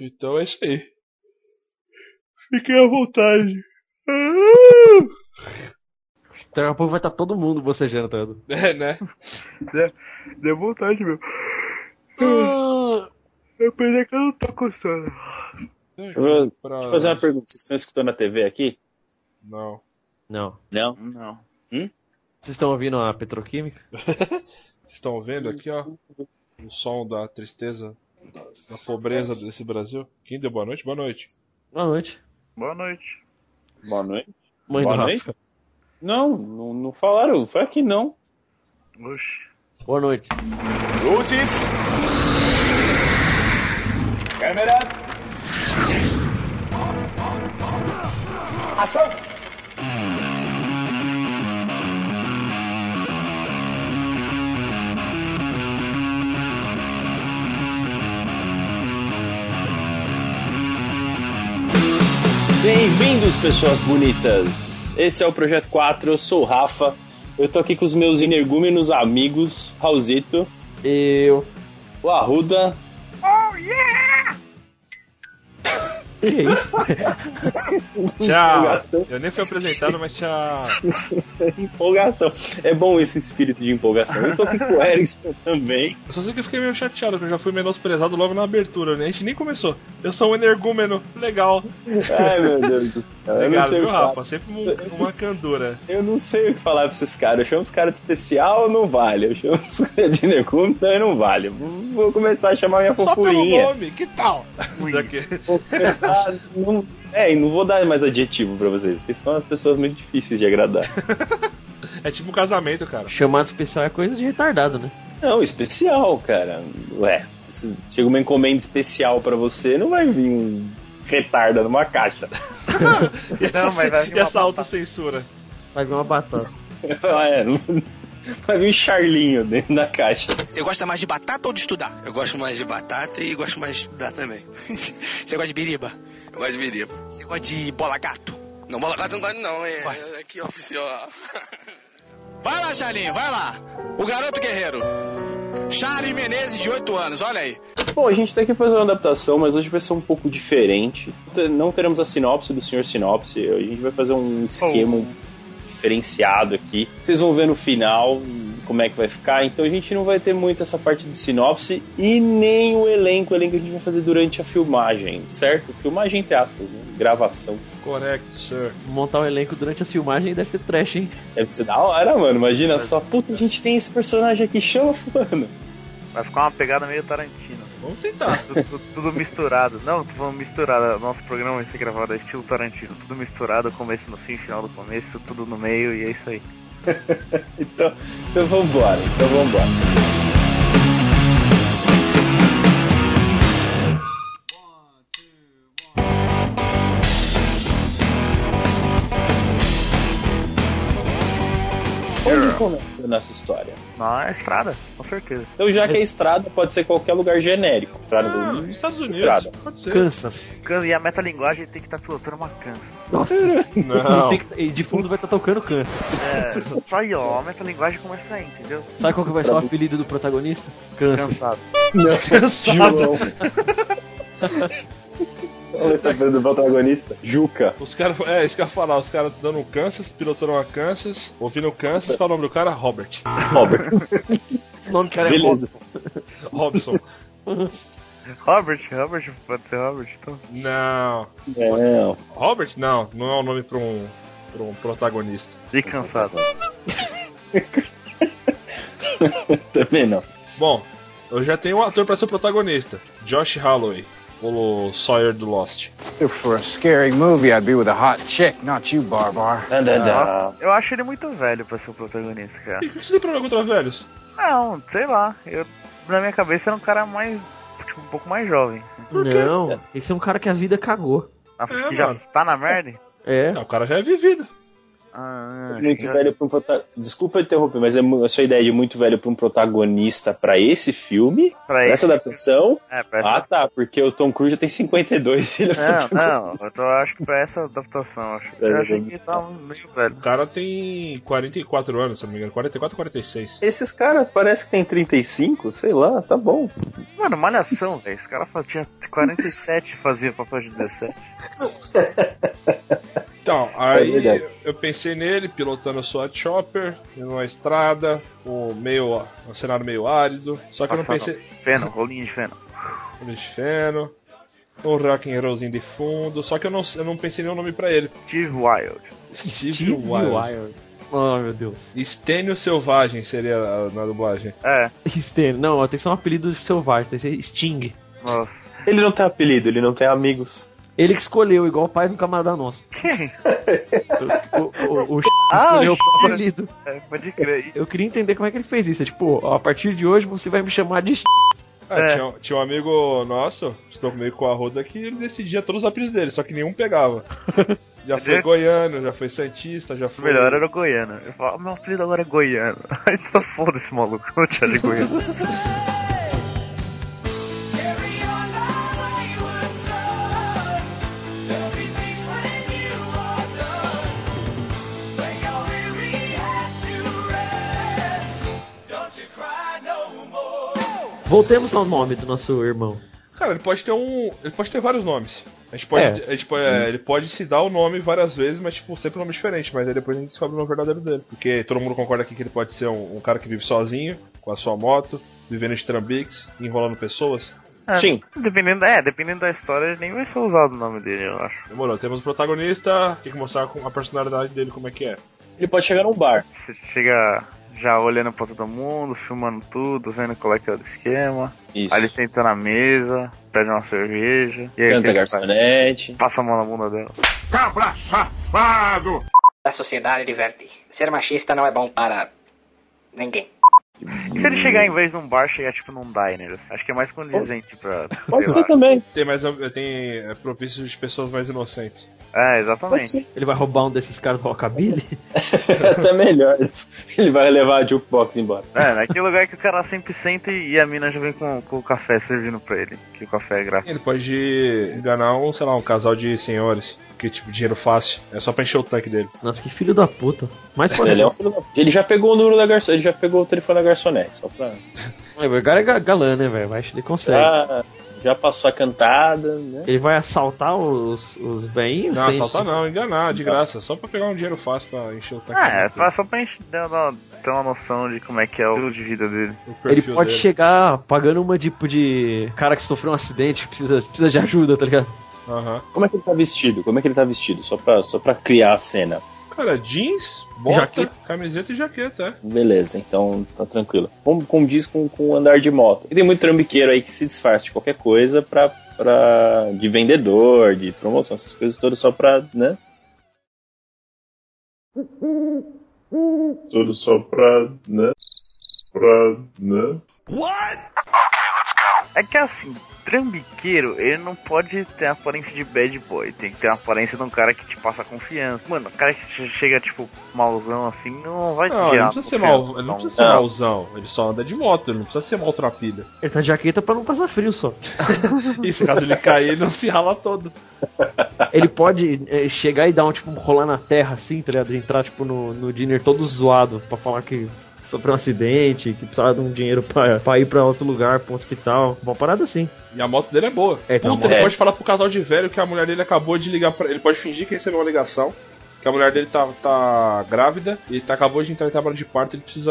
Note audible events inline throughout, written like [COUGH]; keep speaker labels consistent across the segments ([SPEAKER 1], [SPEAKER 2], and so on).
[SPEAKER 1] Então é isso aí. Fiquem à vontade.
[SPEAKER 2] Uh!
[SPEAKER 3] Daqui a pouco vai estar todo mundo bocejando, tá ligado?
[SPEAKER 1] É, né?
[SPEAKER 4] Deu vontade, meu.
[SPEAKER 2] Uh!
[SPEAKER 3] Ah,
[SPEAKER 4] Apesar que eu não tô com sono.
[SPEAKER 2] Deixa eu-
[SPEAKER 1] Pra-
[SPEAKER 2] Deixa eu fazer uma pergunta. Vocês estão escutando a TV aqui?
[SPEAKER 1] Não.
[SPEAKER 3] Não.
[SPEAKER 2] Não?
[SPEAKER 4] Não.
[SPEAKER 3] Vocês estão ouvindo a petroquímica?
[SPEAKER 1] Vocês estão vendo aqui, ó? O som da tristeza, da pobreza desse Brasil. Quem deu boa noite? Boa noite.
[SPEAKER 3] Boa noite.
[SPEAKER 4] Boa noite.
[SPEAKER 2] Boa noite.
[SPEAKER 3] Mãe
[SPEAKER 2] Boa
[SPEAKER 3] do
[SPEAKER 2] noite?
[SPEAKER 3] Rafa.
[SPEAKER 2] Não, não, não falaram. Foi aqui não.
[SPEAKER 4] Oxi.
[SPEAKER 3] Boa noite.
[SPEAKER 5] Luzes. Câmera. Ação.
[SPEAKER 2] Bem-vindos, pessoas bonitas. Esse é o Projeto 4. Eu sou o Rafa. Eu tô aqui com os meus energúmenos amigos, Raulzito,
[SPEAKER 3] Eu.
[SPEAKER 2] o Arruda.
[SPEAKER 3] Que isso?
[SPEAKER 1] Tchau! Eu nem fui apresentado, mas tchau!
[SPEAKER 2] empolgação. É bom esse espírito de empolgação. Eu tô
[SPEAKER 1] [LAUGHS]
[SPEAKER 2] aqui com o Erickson também.
[SPEAKER 1] Eu só sei que eu fiquei meio chateado, que eu já fui menosprezado logo na abertura, né? A gente nem começou. Eu sou um energúmeno, legal.
[SPEAKER 2] Ai, meu Deus do céu. Eu não
[SPEAKER 1] Obrigado,
[SPEAKER 2] sei o
[SPEAKER 1] viu,
[SPEAKER 2] que falar.
[SPEAKER 1] Rafa? Sempre um- uma candura.
[SPEAKER 2] Eu não sei o que falar pra esses caras. Eu chamo os caras de especial, não vale. Eu chamo os [LAUGHS] caras de Necum, também não vale. Vou começar a chamar minha
[SPEAKER 1] Só pelo
[SPEAKER 2] fofurinha.
[SPEAKER 1] nome, que tal? [LAUGHS] Já que-
[SPEAKER 2] Vou começar. não- É, e não vou dar mais adjetivo pra vocês. Vocês são as pessoas muito difíceis de agradar.
[SPEAKER 1] É tipo um casamento, cara.
[SPEAKER 3] Chamado especial é coisa de retardado, né?
[SPEAKER 2] Não, especial, cara. Ué, se chega uma encomenda especial pra você, não vai vir um retarda numa caixa. [LAUGHS]
[SPEAKER 4] Não, mas vai vir
[SPEAKER 1] E
[SPEAKER 4] uma
[SPEAKER 1] essa
[SPEAKER 4] batata.
[SPEAKER 1] autocensura?
[SPEAKER 3] Vai vir uma batata.
[SPEAKER 2] É, não- vai vir um charlinho dentro da caixa.
[SPEAKER 6] Você gosta mais de batata ou de estudar? Eu gosto mais de batata e gosto mais de estudar também. [LAUGHS] Você gosta de biriba? Eu gosto de biriba. Você gosta de bola gato? Não, bola gato eu não gosto não, é, é aqui oficial. [LAUGHS] Vai lá, Charlinho, vai lá. O garoto guerreiro. Charlie Menezes, de 8 anos, olha aí.
[SPEAKER 2] Bom, a gente tá aqui pra fazer uma adaptação, mas hoje vai ser um pouco diferente. Não teremos a sinopse do Sr. Sinopse, a gente vai fazer um esquema diferenciado aqui. Vocês vão ver no final como é que vai ficar, então a gente não vai ter muito essa parte de sinopse e nem o elenco, o elenco a gente vai fazer durante a filmagem, certo? Filmagem teatro, né? gravação.
[SPEAKER 1] Correto, sir.
[SPEAKER 3] Montar o elenco durante as filmagens deve ser trash, hein?
[SPEAKER 2] Deve ser da hora, mano, imagina só, puta, a gente tem esse personagem aqui, chama fulano.
[SPEAKER 4] Vai ficar uma pegada meio Tarantino.
[SPEAKER 1] Vamos tentar.
[SPEAKER 4] Tu- tu- tudo misturado. Não, vamos misturado. Nosso programa vai ser gravado estilo Tarantino. Tudo misturado, começo no fim, final do começo, tudo no meio e é isso aí.
[SPEAKER 2] Então, então vambora, então vambora. Onde começa a nossa história?
[SPEAKER 4] Na é estrada, com certeza.
[SPEAKER 2] Então, já que a estrada pode ser qualquer lugar genérico. Estrada
[SPEAKER 1] Ah,
[SPEAKER 2] do...
[SPEAKER 1] Estados Unidos.
[SPEAKER 2] Estrada.
[SPEAKER 1] Pode ser.
[SPEAKER 3] Kansas.
[SPEAKER 4] Can- E a metalinguagem tem que estar pilotando uma Kansas.
[SPEAKER 3] Nossa,
[SPEAKER 1] Não.
[SPEAKER 3] sei que- e de fundo vai estar tocando Kansas.
[SPEAKER 4] É, só aí, ó. A metalinguagem começa aí, entendeu?
[SPEAKER 3] Sabe qual que vai ser o apelido do protagonista? Kansas.
[SPEAKER 4] Cansado.
[SPEAKER 2] João. Olha essa coisa do protagonista.
[SPEAKER 1] [LAUGHS]
[SPEAKER 2] Juca.
[SPEAKER 1] Os caras, é, isso que eu ia falar, os caras dando um Kansas, pilotando uma Kansas, ouvindo o Kansas, qual é o nome do cara? Robert. [LAUGHS]
[SPEAKER 2] Robert.
[SPEAKER 3] O nome do cara é
[SPEAKER 2] Beleza.
[SPEAKER 1] Robson.
[SPEAKER 4] Robert, Robert, pode ser Robert, então.
[SPEAKER 1] não.
[SPEAKER 2] Não.
[SPEAKER 1] Robert? Não, não é o nome pra um, pra um protagonista.
[SPEAKER 4] E cansado.
[SPEAKER 2] [LAUGHS] Também não.
[SPEAKER 1] Bom, eu já tenho um ator pra ser o protagonista, Josh Holloway, pelo Sawyer do Lost.
[SPEAKER 5] If for a scary movie, I'd be with a hot chick, not you, Barbar.
[SPEAKER 2] Não, não, não.
[SPEAKER 4] Nossa, eu acho ele muito velho pra ser o protagonista, cara.
[SPEAKER 1] E Você tem problema contra velhos?
[SPEAKER 4] Não, sei lá. Eu, na minha cabeça era um cara mais. Tipo, um pouco mais jovem.
[SPEAKER 3] Não, esse é um cara que a vida cagou.
[SPEAKER 4] Ah,
[SPEAKER 1] É,
[SPEAKER 4] que já
[SPEAKER 1] mano.
[SPEAKER 4] tá na merda?
[SPEAKER 3] É,
[SPEAKER 1] Não, o cara já é vivido.
[SPEAKER 4] Ah,
[SPEAKER 2] Muito
[SPEAKER 4] já-
[SPEAKER 2] velho pra um prota... Desculpa interromper, mas é mu- a sua ideia de muito velho pra um protagonista pra esse filme?
[SPEAKER 4] pra
[SPEAKER 2] Pra essa
[SPEAKER 4] esse-
[SPEAKER 2] adaptação?
[SPEAKER 4] É, pra essa
[SPEAKER 2] Ah, tá, porque o Tom Cruise já tem 52 e [LAUGHS] ele é
[SPEAKER 4] Não, não,
[SPEAKER 2] protagonista.
[SPEAKER 4] eu tô- acho que pra essa adaptação. Acho, eu
[SPEAKER 2] É,
[SPEAKER 4] achei
[SPEAKER 2] é.
[SPEAKER 4] que tava meio velho.
[SPEAKER 1] O cara tem 44 anos, se não me engano. 44, 46.
[SPEAKER 2] Esses caras parece que tem 35, sei lá, tá bom.
[SPEAKER 4] Mano, malhação, velho. Esse cara fa- tinha 47 fazia papel de 17.
[SPEAKER 1] Então, aí
[SPEAKER 2] verdade.
[SPEAKER 1] eu pensei nele pilotando a sua chopper numa estrada, um meio um cenário meio árido. Só que eu não
[SPEAKER 4] Passando
[SPEAKER 1] pensei
[SPEAKER 4] feno, rolinho de feno.
[SPEAKER 1] no feno, um rock and rollzinho de fundo. Só que eu não, eu não pensei nenhum nome pra ele.
[SPEAKER 4] Steve Wild.
[SPEAKER 1] Steve
[SPEAKER 3] Steve
[SPEAKER 1] Wild.
[SPEAKER 3] Wild. Oh, meu Deus.
[SPEAKER 1] Estênio Selvagem seria a- na dublagem.
[SPEAKER 4] É,
[SPEAKER 3] Stan, não, tem que ser um apelido selvagem, tem que ser Sting.
[SPEAKER 4] nossa.
[SPEAKER 2] Ele não tem apelido, ele não tem amigos.
[SPEAKER 3] Ele que escolheu, igual o pai de um camarada nosso.
[SPEAKER 4] Quem?
[SPEAKER 3] O, o, [LAUGHS] o
[SPEAKER 4] Ah,
[SPEAKER 3] escolheu
[SPEAKER 4] o
[SPEAKER 3] o próprio
[SPEAKER 4] Sting.
[SPEAKER 3] apelido.
[SPEAKER 4] É, pode crer.
[SPEAKER 3] Eu queria entender como é que ele fez isso. É tipo, ó, a partir de hoje você vai me chamar de
[SPEAKER 1] Ah,
[SPEAKER 4] É.
[SPEAKER 1] tinha, um- tinha um amigo nosso, estou meio com a roda, que ele decidia todos os apelidos dele, só que nenhum pegava. Já foi
[SPEAKER 4] Entendeu?
[SPEAKER 1] goiano, já foi santista, já
[SPEAKER 4] O
[SPEAKER 1] foi.
[SPEAKER 4] melhor era o goiano. Eu falo, meu apelido agora é goiano. [LAUGHS] Aí tá foda esse maluco, eu vou te chamar de goiano.
[SPEAKER 3] Voltemos ao nome do nosso irmão.
[SPEAKER 1] Cara, ele pode ter um. Ele pode ter vários nomes. A gente pode. a gente pode- é, ele pode se dar o nome várias vezes, mas tipo, sempre um nome diferente, mas aí depois a gente descobre o nome verdadeiro dele. Porque todo mundo concorda aqui que ele pode ser um, um cara que vive sozinho, com a sua moto, vivendo de trambiques, enrolando pessoas.
[SPEAKER 4] É,
[SPEAKER 2] Sim.
[SPEAKER 4] Dependendo, é, dependendo da história, nem vai ser usado o nome dele, eu acho.
[SPEAKER 1] Demorou, temos o protagonista, tem que mostrar com- a personalidade dele como é que é.
[SPEAKER 2] Ele pode chegar num bar.
[SPEAKER 4] Você chega já olhando pra todo mundo, filmando tudo, vendo qual é que é o esquema.
[SPEAKER 2] Isso.
[SPEAKER 4] Aí Ah, ele senta na mesa, pede uma cerveja. E aí o que
[SPEAKER 2] Canta né?
[SPEAKER 4] ele faz?
[SPEAKER 2] garçonete.
[SPEAKER 4] Passa a mão na bunda dela.
[SPEAKER 7] da sociedade diverte. Ser machista não é bom para ninguém.
[SPEAKER 4] E se ele chegar em vez de um bar, chegar tipo num diner? assim? Acho que é mais condizente pra.
[SPEAKER 2] Pode
[SPEAKER 4] sei
[SPEAKER 2] ser
[SPEAKER 4] lá.
[SPEAKER 2] também,
[SPEAKER 1] Tem mais. Tem é, propício de pessoas mais inocentes.
[SPEAKER 4] É,
[SPEAKER 2] pode
[SPEAKER 4] exatamente.
[SPEAKER 2] ser. [LAUGHS]
[SPEAKER 3] Ele vai roubar um desses caras do Rockabilly?
[SPEAKER 2] Até melhor. Ele vai levar a jukebox
[SPEAKER 4] [LAUGHS]
[SPEAKER 2] embora.
[SPEAKER 4] É, naquele lugar que o cara sempre senta e a mina já vem com, com o café servindo pra ele. Que o café é grátis.
[SPEAKER 1] Ele pode enganar um, sei lá, um casal de senhores. Que tipo, dinheiro fácil. É só pra encher o tanque dele.
[SPEAKER 3] Nossa, que filho da puta. Mas pode
[SPEAKER 2] Ele,
[SPEAKER 3] ser.
[SPEAKER 2] é um filho da- ele já pegou o número da garçonete, ele já pegou o telefone da garçonete, só pra.
[SPEAKER 1] um-
[SPEAKER 3] O cara é ga- galã, né, velho? Mas Ele consegue.
[SPEAKER 1] Ah,
[SPEAKER 2] Já, Ah, já passou a cantada, né?
[SPEAKER 3] Ele vai assaltar os, os veinhos?
[SPEAKER 1] é. Não,
[SPEAKER 3] sem-
[SPEAKER 1] assaltar não, enganar, de graça. Só pra pegar um dinheiro fácil pra encher o tanque
[SPEAKER 4] Ah, é,
[SPEAKER 1] dele.
[SPEAKER 4] pra- só pra gente dar uma, ter uma noção de como é que é o estilo de vida dele.
[SPEAKER 1] O perfil
[SPEAKER 3] Ele pode
[SPEAKER 1] dele.
[SPEAKER 3] chegar pagando uma tipo de cara que sofreu um acidente, que precisa, precisa de ajuda, tá ligado?
[SPEAKER 1] Aham.
[SPEAKER 2] Como é que ele tá vestido? Como é que ele tá vestido? Só pra, só pra criar a cena.
[SPEAKER 1] Cara, jeans, bota,
[SPEAKER 3] Jaqueta.
[SPEAKER 1] camiseta e jaqueta, é.
[SPEAKER 2] Beleza, então tá tranquilo. Como condiz com, com o andar de moto. E tem muito trambiqueiro aí que se disfarça de qualquer coisa pra, pra. de vendedor, de promoção, essas coisas todas só pra. né?
[SPEAKER 8] tudo só pra, né? Pra, né?
[SPEAKER 4] É que assim, trambiqueiro, ele não pode ter a aparência de bad boy. Tem que ter a aparência de um cara que te passa confiança. Mano, o cara que che- chega, tipo, malzão assim, não vai Então,
[SPEAKER 1] Não, ele
[SPEAKER 4] te gerar
[SPEAKER 1] não precisa ser
[SPEAKER 4] confiança,
[SPEAKER 1] mal, ele não precisa ser
[SPEAKER 2] Não.
[SPEAKER 1] malzão. Ele só anda de moto, ele não precisa ser maltrapilha.
[SPEAKER 3] Ele tá de jaqueta pra não passar frio só.
[SPEAKER 1] [LAUGHS] E se caso ele cair, ele não se rala todo.
[SPEAKER 3] Ele pode eh, chegar e dar um tipo, rolar na terra assim, tá ligado? Entrar tipo no, no dinner todo zoado pra falar que sofreu um acidente, que precisava de um dinheiro pra, pra ir pra outro lugar, pra um hospital. Uma parada assim.
[SPEAKER 1] E a moto dele é boa.
[SPEAKER 3] É, então,
[SPEAKER 1] Puta,
[SPEAKER 3] a
[SPEAKER 1] ele
[SPEAKER 2] moto-
[SPEAKER 1] pode falar pro casal de velho que a mulher dele acabou de ligar pra ele. pode fingir que recebeu uma ligação. Que a mulher dele tá, tá grávida e tá, acabou de entrar em trabalho de parto. Ele precisa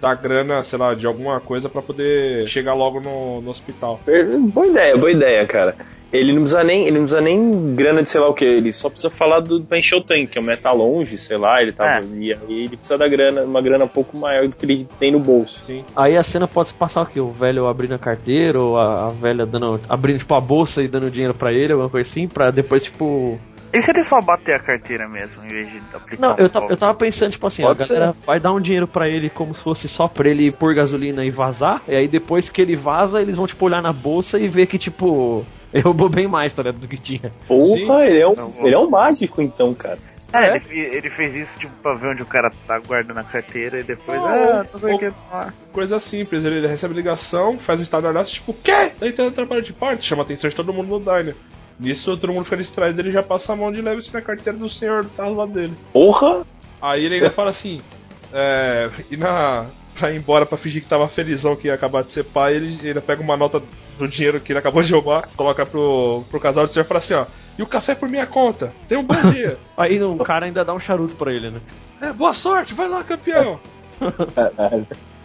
[SPEAKER 1] dar grana, sei lá, de alguma coisa pra poder chegar logo no, no hospital.
[SPEAKER 2] Per- Boa ideia, boa ideia, cara. Ele não precisa nem, ele não precisa nem grana de sei lá o que, ele só precisa falar do pra encher o tanque, o meta longe, sei lá, ele tava
[SPEAKER 4] É.
[SPEAKER 2] e aí ele precisa da grana, uma grana um pouco maior do que ele tem no bolso.
[SPEAKER 1] Sim.
[SPEAKER 3] Aí a cena pode se passar o quê? O velho abrindo a carteira, ou a, a velha dando. abrindo tipo a bolsa e dando dinheiro pra ele, alguma coisa assim, pra depois, tipo.
[SPEAKER 4] E se ele só bater a carteira mesmo, em vez de aplicar
[SPEAKER 3] Não,
[SPEAKER 4] um
[SPEAKER 3] eu, ta-
[SPEAKER 4] golpe?
[SPEAKER 3] eu tava pensando, tipo assim,
[SPEAKER 2] Pode
[SPEAKER 3] a galera vai dar um dinheiro pra ele como se fosse só pra ele pôr gasolina e vazar, e aí depois que ele vaza, eles vão, tipo, olhar na bolsa e ver que, [LAUGHS] tipo, ele roubou bem mais, tá ligado, do que tinha.
[SPEAKER 2] Porra, ele é um,
[SPEAKER 4] Não,
[SPEAKER 2] ele é um mágico então, cara.
[SPEAKER 4] É,
[SPEAKER 3] É?
[SPEAKER 4] Ele, fe- ele fez isso tipo pra ver onde o cara tá guardando a carteira e depois.
[SPEAKER 1] Ah,
[SPEAKER 4] Ah, tô vendo
[SPEAKER 1] ou-
[SPEAKER 4] que ele tá lá.
[SPEAKER 1] Coisa simples, ele, ele recebe ligação, faz o estardalhaço, tipo, quê? Tá entrando trabalho de parte, chama a atenção de todo mundo no diner. Nisso, todo mundo fica distraído, ele já passa a mão de leve assim na carteira do senhor do carro lá dele.
[SPEAKER 2] Porra! [LAUGHS]
[SPEAKER 1] Aí ele ainda fala assim, é, e na, pra ir embora, pra fingir que tava felizão que ia acabar de ser pai, ele ele ainda pega uma nota do dinheiro que ele acabou de roubar, coloca pro, pro casal do senhor e fala assim, ó, e o café por minha conta, tenha um bom dia.
[SPEAKER 3] Aí o cara ainda dá um charuto pra ele, né?
[SPEAKER 1] É, boa sorte, vai lá, campeão.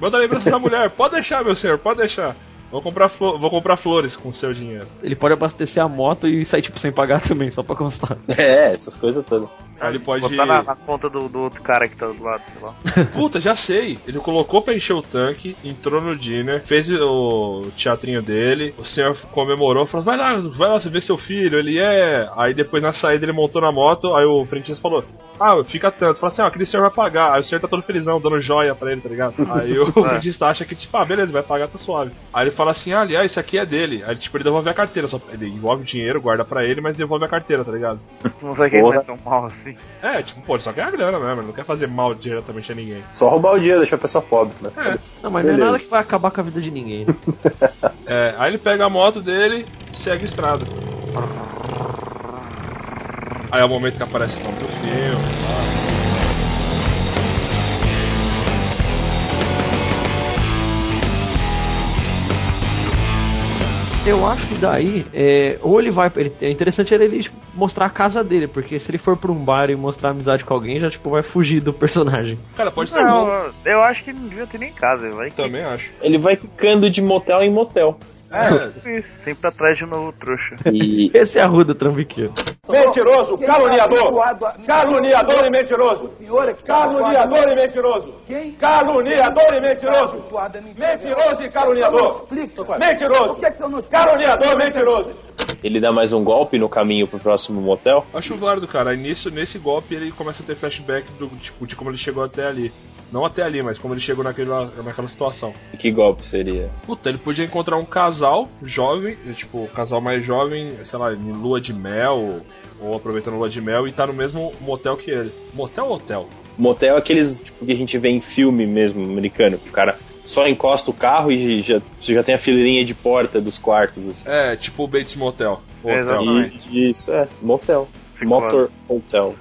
[SPEAKER 1] Manda um lembrança da mulher, pode deixar, meu senhor, pode deixar. Vou comprar, flo- vou comprar flores com o seu dinheiro.
[SPEAKER 3] Ele pode abastecer a moto e sair, tipo, sem pagar [LAUGHS] também, só pra constar.
[SPEAKER 2] É, essas coisas todas.
[SPEAKER 1] Aí ele pode.
[SPEAKER 4] Botar na, na conta do, do outro cara que tá do lado, sei lá.
[SPEAKER 1] Puta, já sei. Ele colocou pra encher o tanque, entrou no dinner, fez o teatrinho dele, o senhor comemorou, falou: vai lá, vai lá, você vê seu filho, ele é. Aí depois na saída ele montou na moto, aí o frentista falou: ah, fica tanto. Fala assim: ó, aquele senhor vai pagar. Aí o senhor tá todo felizão, dando joia pra ele, tá ligado? Aí o frentista acha que, tipo, ah, beleza, vai pagar, tá suave. Aí ele fala assim: ah, aliás, isso aqui é dele. Aí, tipo, ele devolve a carteira, só ele envolve o dinheiro, guarda pra ele, mas devolve a carteira, tá ligado?
[SPEAKER 4] Não sei quem
[SPEAKER 2] Porra.
[SPEAKER 4] é tão mal assim.
[SPEAKER 1] É, tipo, pô, ele só quer a grana mesmo, ele não quer fazer mal diretamente a ninguém.
[SPEAKER 2] Só roubar o dinheiro, deixar a pessoa pobre, né?
[SPEAKER 1] É.
[SPEAKER 3] Não, mas não
[SPEAKER 2] Beleza.
[SPEAKER 3] é nada que vai acabar com a vida de ninguém, né?
[SPEAKER 1] É, aí ele pega a moto dele e segue a estrada. Aí é o momento que aparece o nome do filme.
[SPEAKER 3] Eu acho que daí, é, ou ele vai. Ele, é interessante era ele tipo, mostrar a casa dele, porque se ele for pra um bar e mostrar amizade com alguém, já tipo vai fugir do personagem.
[SPEAKER 1] Cara, pode ter um
[SPEAKER 4] Não, eu acho que não devia ter nem casa, vai que
[SPEAKER 1] também, acho.
[SPEAKER 2] Ele vai ficando de motel em motel.
[SPEAKER 1] É,
[SPEAKER 4] é isso. Sempre atrás de um novo trouxa.
[SPEAKER 2] [LAUGHS] E
[SPEAKER 3] Esse é a Ruda Trambiqueiro.
[SPEAKER 9] Mentiroso, caluniador! Caluniador e mentiroso! tá Caluniador e mentiroso! Caluniador e tá mentiroso! Mentiroso e caluniador! Mentiroso! Caluniador mentiroso!
[SPEAKER 2] ele dá mais um golpe no caminho pro próximo motel.
[SPEAKER 1] acho válido, cara. Aí nisso, nesse golpe ele começa a ter flashback do, tipo, de como ele chegou até ali. Não até ali, mas como ele chegou naquela, naquela situação.
[SPEAKER 2] E que golpe seria?
[SPEAKER 1] Puta, ele podia encontrar um casal jovem, eh, tipo, um casal mais jovem, sei lá, em lua de mel, ou aproveitando lua de mel, e tá no mesmo motel que ele. Motel ou hotel?
[SPEAKER 2] Motel é aqueles tipo, que a gente vê em filme mesmo, americano, que o cara só encosta o carro e já, você já tem a fileirinha de porta dos quartos, assim.
[SPEAKER 1] É, tipo o Bates Motel. Ou
[SPEAKER 4] É,
[SPEAKER 1] hotel.
[SPEAKER 4] exatamente.
[SPEAKER 2] E- isso, é, motel.
[SPEAKER 4] Sim,
[SPEAKER 2] Motor Hotel.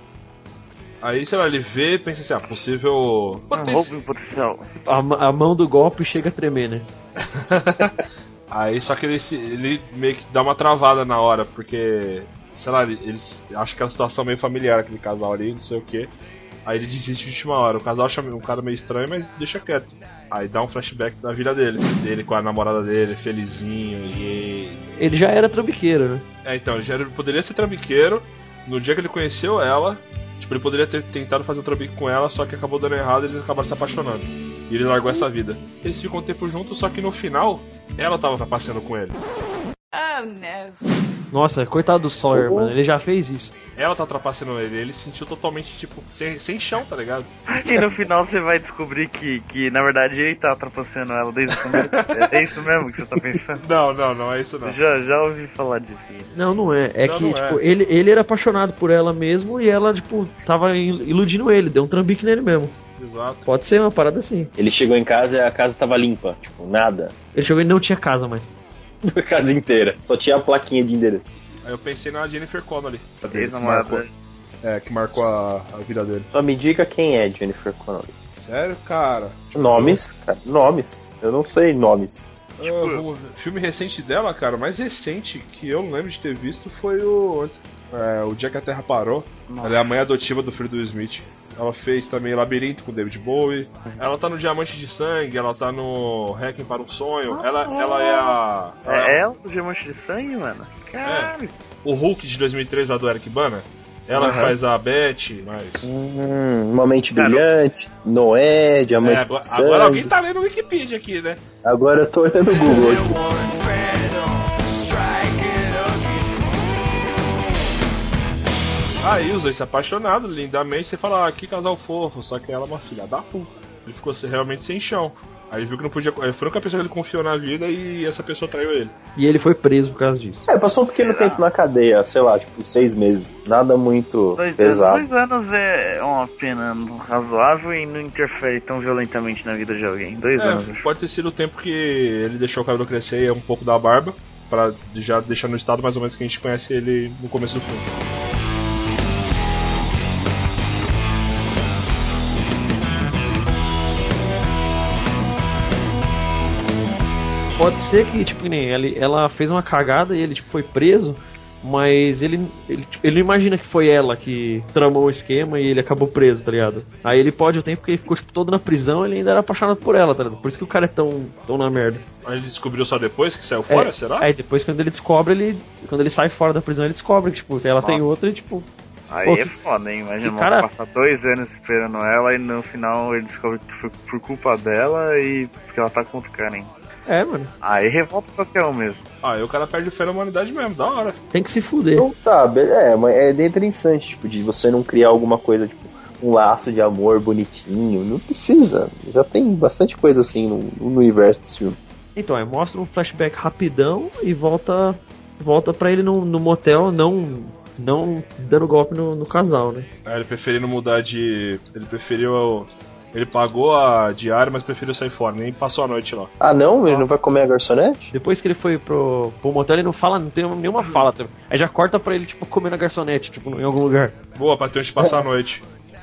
[SPEAKER 1] Aí, sei lá, ele vê e pensa assim, ah, possível.
[SPEAKER 4] Um roubo em potencial.
[SPEAKER 3] A, ma- a mão do golpe chega a tremer, né?
[SPEAKER 1] Aí só que ele, se- ele meio que dá uma travada na hora, porque. Sei lá, ele, ele acha que é uma situação meio familiar aquele casal ali, não sei o que. Aí ele desiste de última hora. O casal acha um cara meio estranho, mas deixa quieto. Aí dá um flashback da vida dele. Dele com a namorada dele, felizinho, e.
[SPEAKER 3] Ele já era trambiqueiro, né?
[SPEAKER 1] É, então, ele já era- poderia ser trambiqueiro. No dia que ele conheceu ela, tipo, ele poderia ter tentado fazer o trambique com ela, só que acabou dando errado e eles acabaram se apaixonando. E ele largou essa vida. Eles ficam um tempo juntos, só que no final, ela tava passeando com ele.
[SPEAKER 10] Oh no.
[SPEAKER 3] Nossa, coitado do Sawyer, mano. Ele já fez isso.
[SPEAKER 1] Ela tá trapaceando ele, ele se sentiu totalmente, tipo, sem, sem chão, tá ligado?
[SPEAKER 4] E no final você vai descobrir que, que na verdade ele tá trapaceando ela desde o começo. É, é isso mesmo que você tá pensando?
[SPEAKER 1] Não, não, não é isso não.
[SPEAKER 4] Já, já ouvi falar disso.
[SPEAKER 3] Não, não é. É
[SPEAKER 1] Não,
[SPEAKER 3] que,
[SPEAKER 1] não é.
[SPEAKER 3] tipo, Ele, ele era apaixonado por ela mesmo e ela, tipo, tava il- iludindo ele, deu um trambique nele mesmo.
[SPEAKER 1] Exato.
[SPEAKER 3] Pode ser uma parada assim.
[SPEAKER 2] Ele chegou em casa e a casa tava limpa, tipo, nada. [LAUGHS]
[SPEAKER 3] Ele chegou e não tinha casa mais.
[SPEAKER 2] A casa inteira. Só tinha a plaquinha de endereço.
[SPEAKER 1] Aí eu pensei na Jennifer Connelly.
[SPEAKER 4] Ex-namorada.
[SPEAKER 1] É, que marcou a, a vida dele.
[SPEAKER 2] Só me diga quem é Jennifer Connelly. Hum.
[SPEAKER 1] Sério, cara?
[SPEAKER 2] Nomes, cara, nomes. Eu não sei nomes.
[SPEAKER 1] Ah, o filme recente dela, cara, mais recente que eu lembro de ter visto foi o. é, o Dia que a Terra Parou. Ela é a mãe adotiva do filho do Smith. Ela fez também Labirinto com David Bowie. Ela tá no Diamante de Sangue, ela tá no Hacking para um Sonho. Ela, ela é a. ela é a-
[SPEAKER 4] É ela, o diamante de sangue, mano? Caralho.
[SPEAKER 1] o Hulk de 2003 lá do Eric Bana. Ela que faz a Beth, mas.
[SPEAKER 2] Hum, uma mente
[SPEAKER 4] Cara,
[SPEAKER 2] brilhante, Noé,
[SPEAKER 1] É,
[SPEAKER 2] diamante.
[SPEAKER 1] agora,
[SPEAKER 2] de sangue.
[SPEAKER 1] agora alguém tá lendo o Wikipedia aqui, né?
[SPEAKER 2] Agora eu tô olhando o Google. aqui.
[SPEAKER 1] Aí os dois se apaixonaram lindamente, você fala, ah, que casal fofo, só que ela é uma filha da puta. Ele ficou se- realmente sem chão. Aí Aí viu que não podia. Aí foi a única pessoa que ele confiou na vida e essa pessoa traiu ele.
[SPEAKER 3] E ele foi preso por causa disso.
[SPEAKER 2] É, passou um pequeno tempo na cadeia, sei lá, tipo, seis meses. Nada muito
[SPEAKER 4] Dois
[SPEAKER 2] pesado.
[SPEAKER 4] anos, dois anos é uma pena razoável e não interfere tão violentamente na vida de alguém. Dois anos.
[SPEAKER 1] É, pode ter sido o tempo que ele deixou o cabelo crescer e um pouco da barba, pra já deixar no estado mais ou menos que a gente conhece ele no começo do filme.
[SPEAKER 3] Pode ser que, tipo, que nem ele, ela fez uma cagada e ele tipo, foi preso, mas ele, ele, tipo, ele não imagina que foi ela que tramou o esquema e ele acabou preso, tá ligado? Aí ele pode o tempo que ele ficou tipo, todo na prisão, ele ainda era apaixonado por ela, tá ligado? Por isso que o cara é tão, tão na merda.
[SPEAKER 1] Aí ele descobriu só depois que saiu fora,
[SPEAKER 3] é,
[SPEAKER 1] será?
[SPEAKER 3] Aí depois quando ele descobre, ele. Quando ele sai fora da prisão, ele descobre que, tipo, ela tem
[SPEAKER 4] Nossa.
[SPEAKER 3] outra e tipo.
[SPEAKER 4] Aí
[SPEAKER 3] pô,
[SPEAKER 4] é
[SPEAKER 3] que-
[SPEAKER 4] foda, hein? Imagina
[SPEAKER 3] que
[SPEAKER 4] uma-
[SPEAKER 3] cara-
[SPEAKER 4] passar dois anos esperando ela e no final ele descobre que foi por culpa dela e que ela tá com outro cara, hein?
[SPEAKER 3] É, mano.
[SPEAKER 4] Aí revolta qualquer um mesmo.
[SPEAKER 1] Ah, e o cara perde fé na humanidade mesmo, da hora.
[SPEAKER 3] Tem que se fuder.
[SPEAKER 2] Então tá, be- é, mas é bem interessante, tipo, de você não criar alguma coisa, tipo, um laço de amor bonitinho. Não precisa. Já tem bastante coisa assim no, no universo do filme.
[SPEAKER 3] Então, é, mostra um flashback rapidão e volta volta para ele no, no motel, não não dando golpe no, no casal, né?
[SPEAKER 1] Aí ele preferindo mudar de. Ele preferiu. Ele pagou a diária, mas preferiu sair fora, nem passou a noite lá.
[SPEAKER 2] Ah não, ele não vai comer a garçonete?
[SPEAKER 3] Depois que ele foi pro, pro motel, ele não fala, não tem nenhuma fala. tá? Aí já corta pra ele, tipo, comendo a garçonete, tipo, em algum lugar.
[SPEAKER 1] Boa, pra ter onde passar a
[SPEAKER 3] [LAUGHS]
[SPEAKER 1] noite.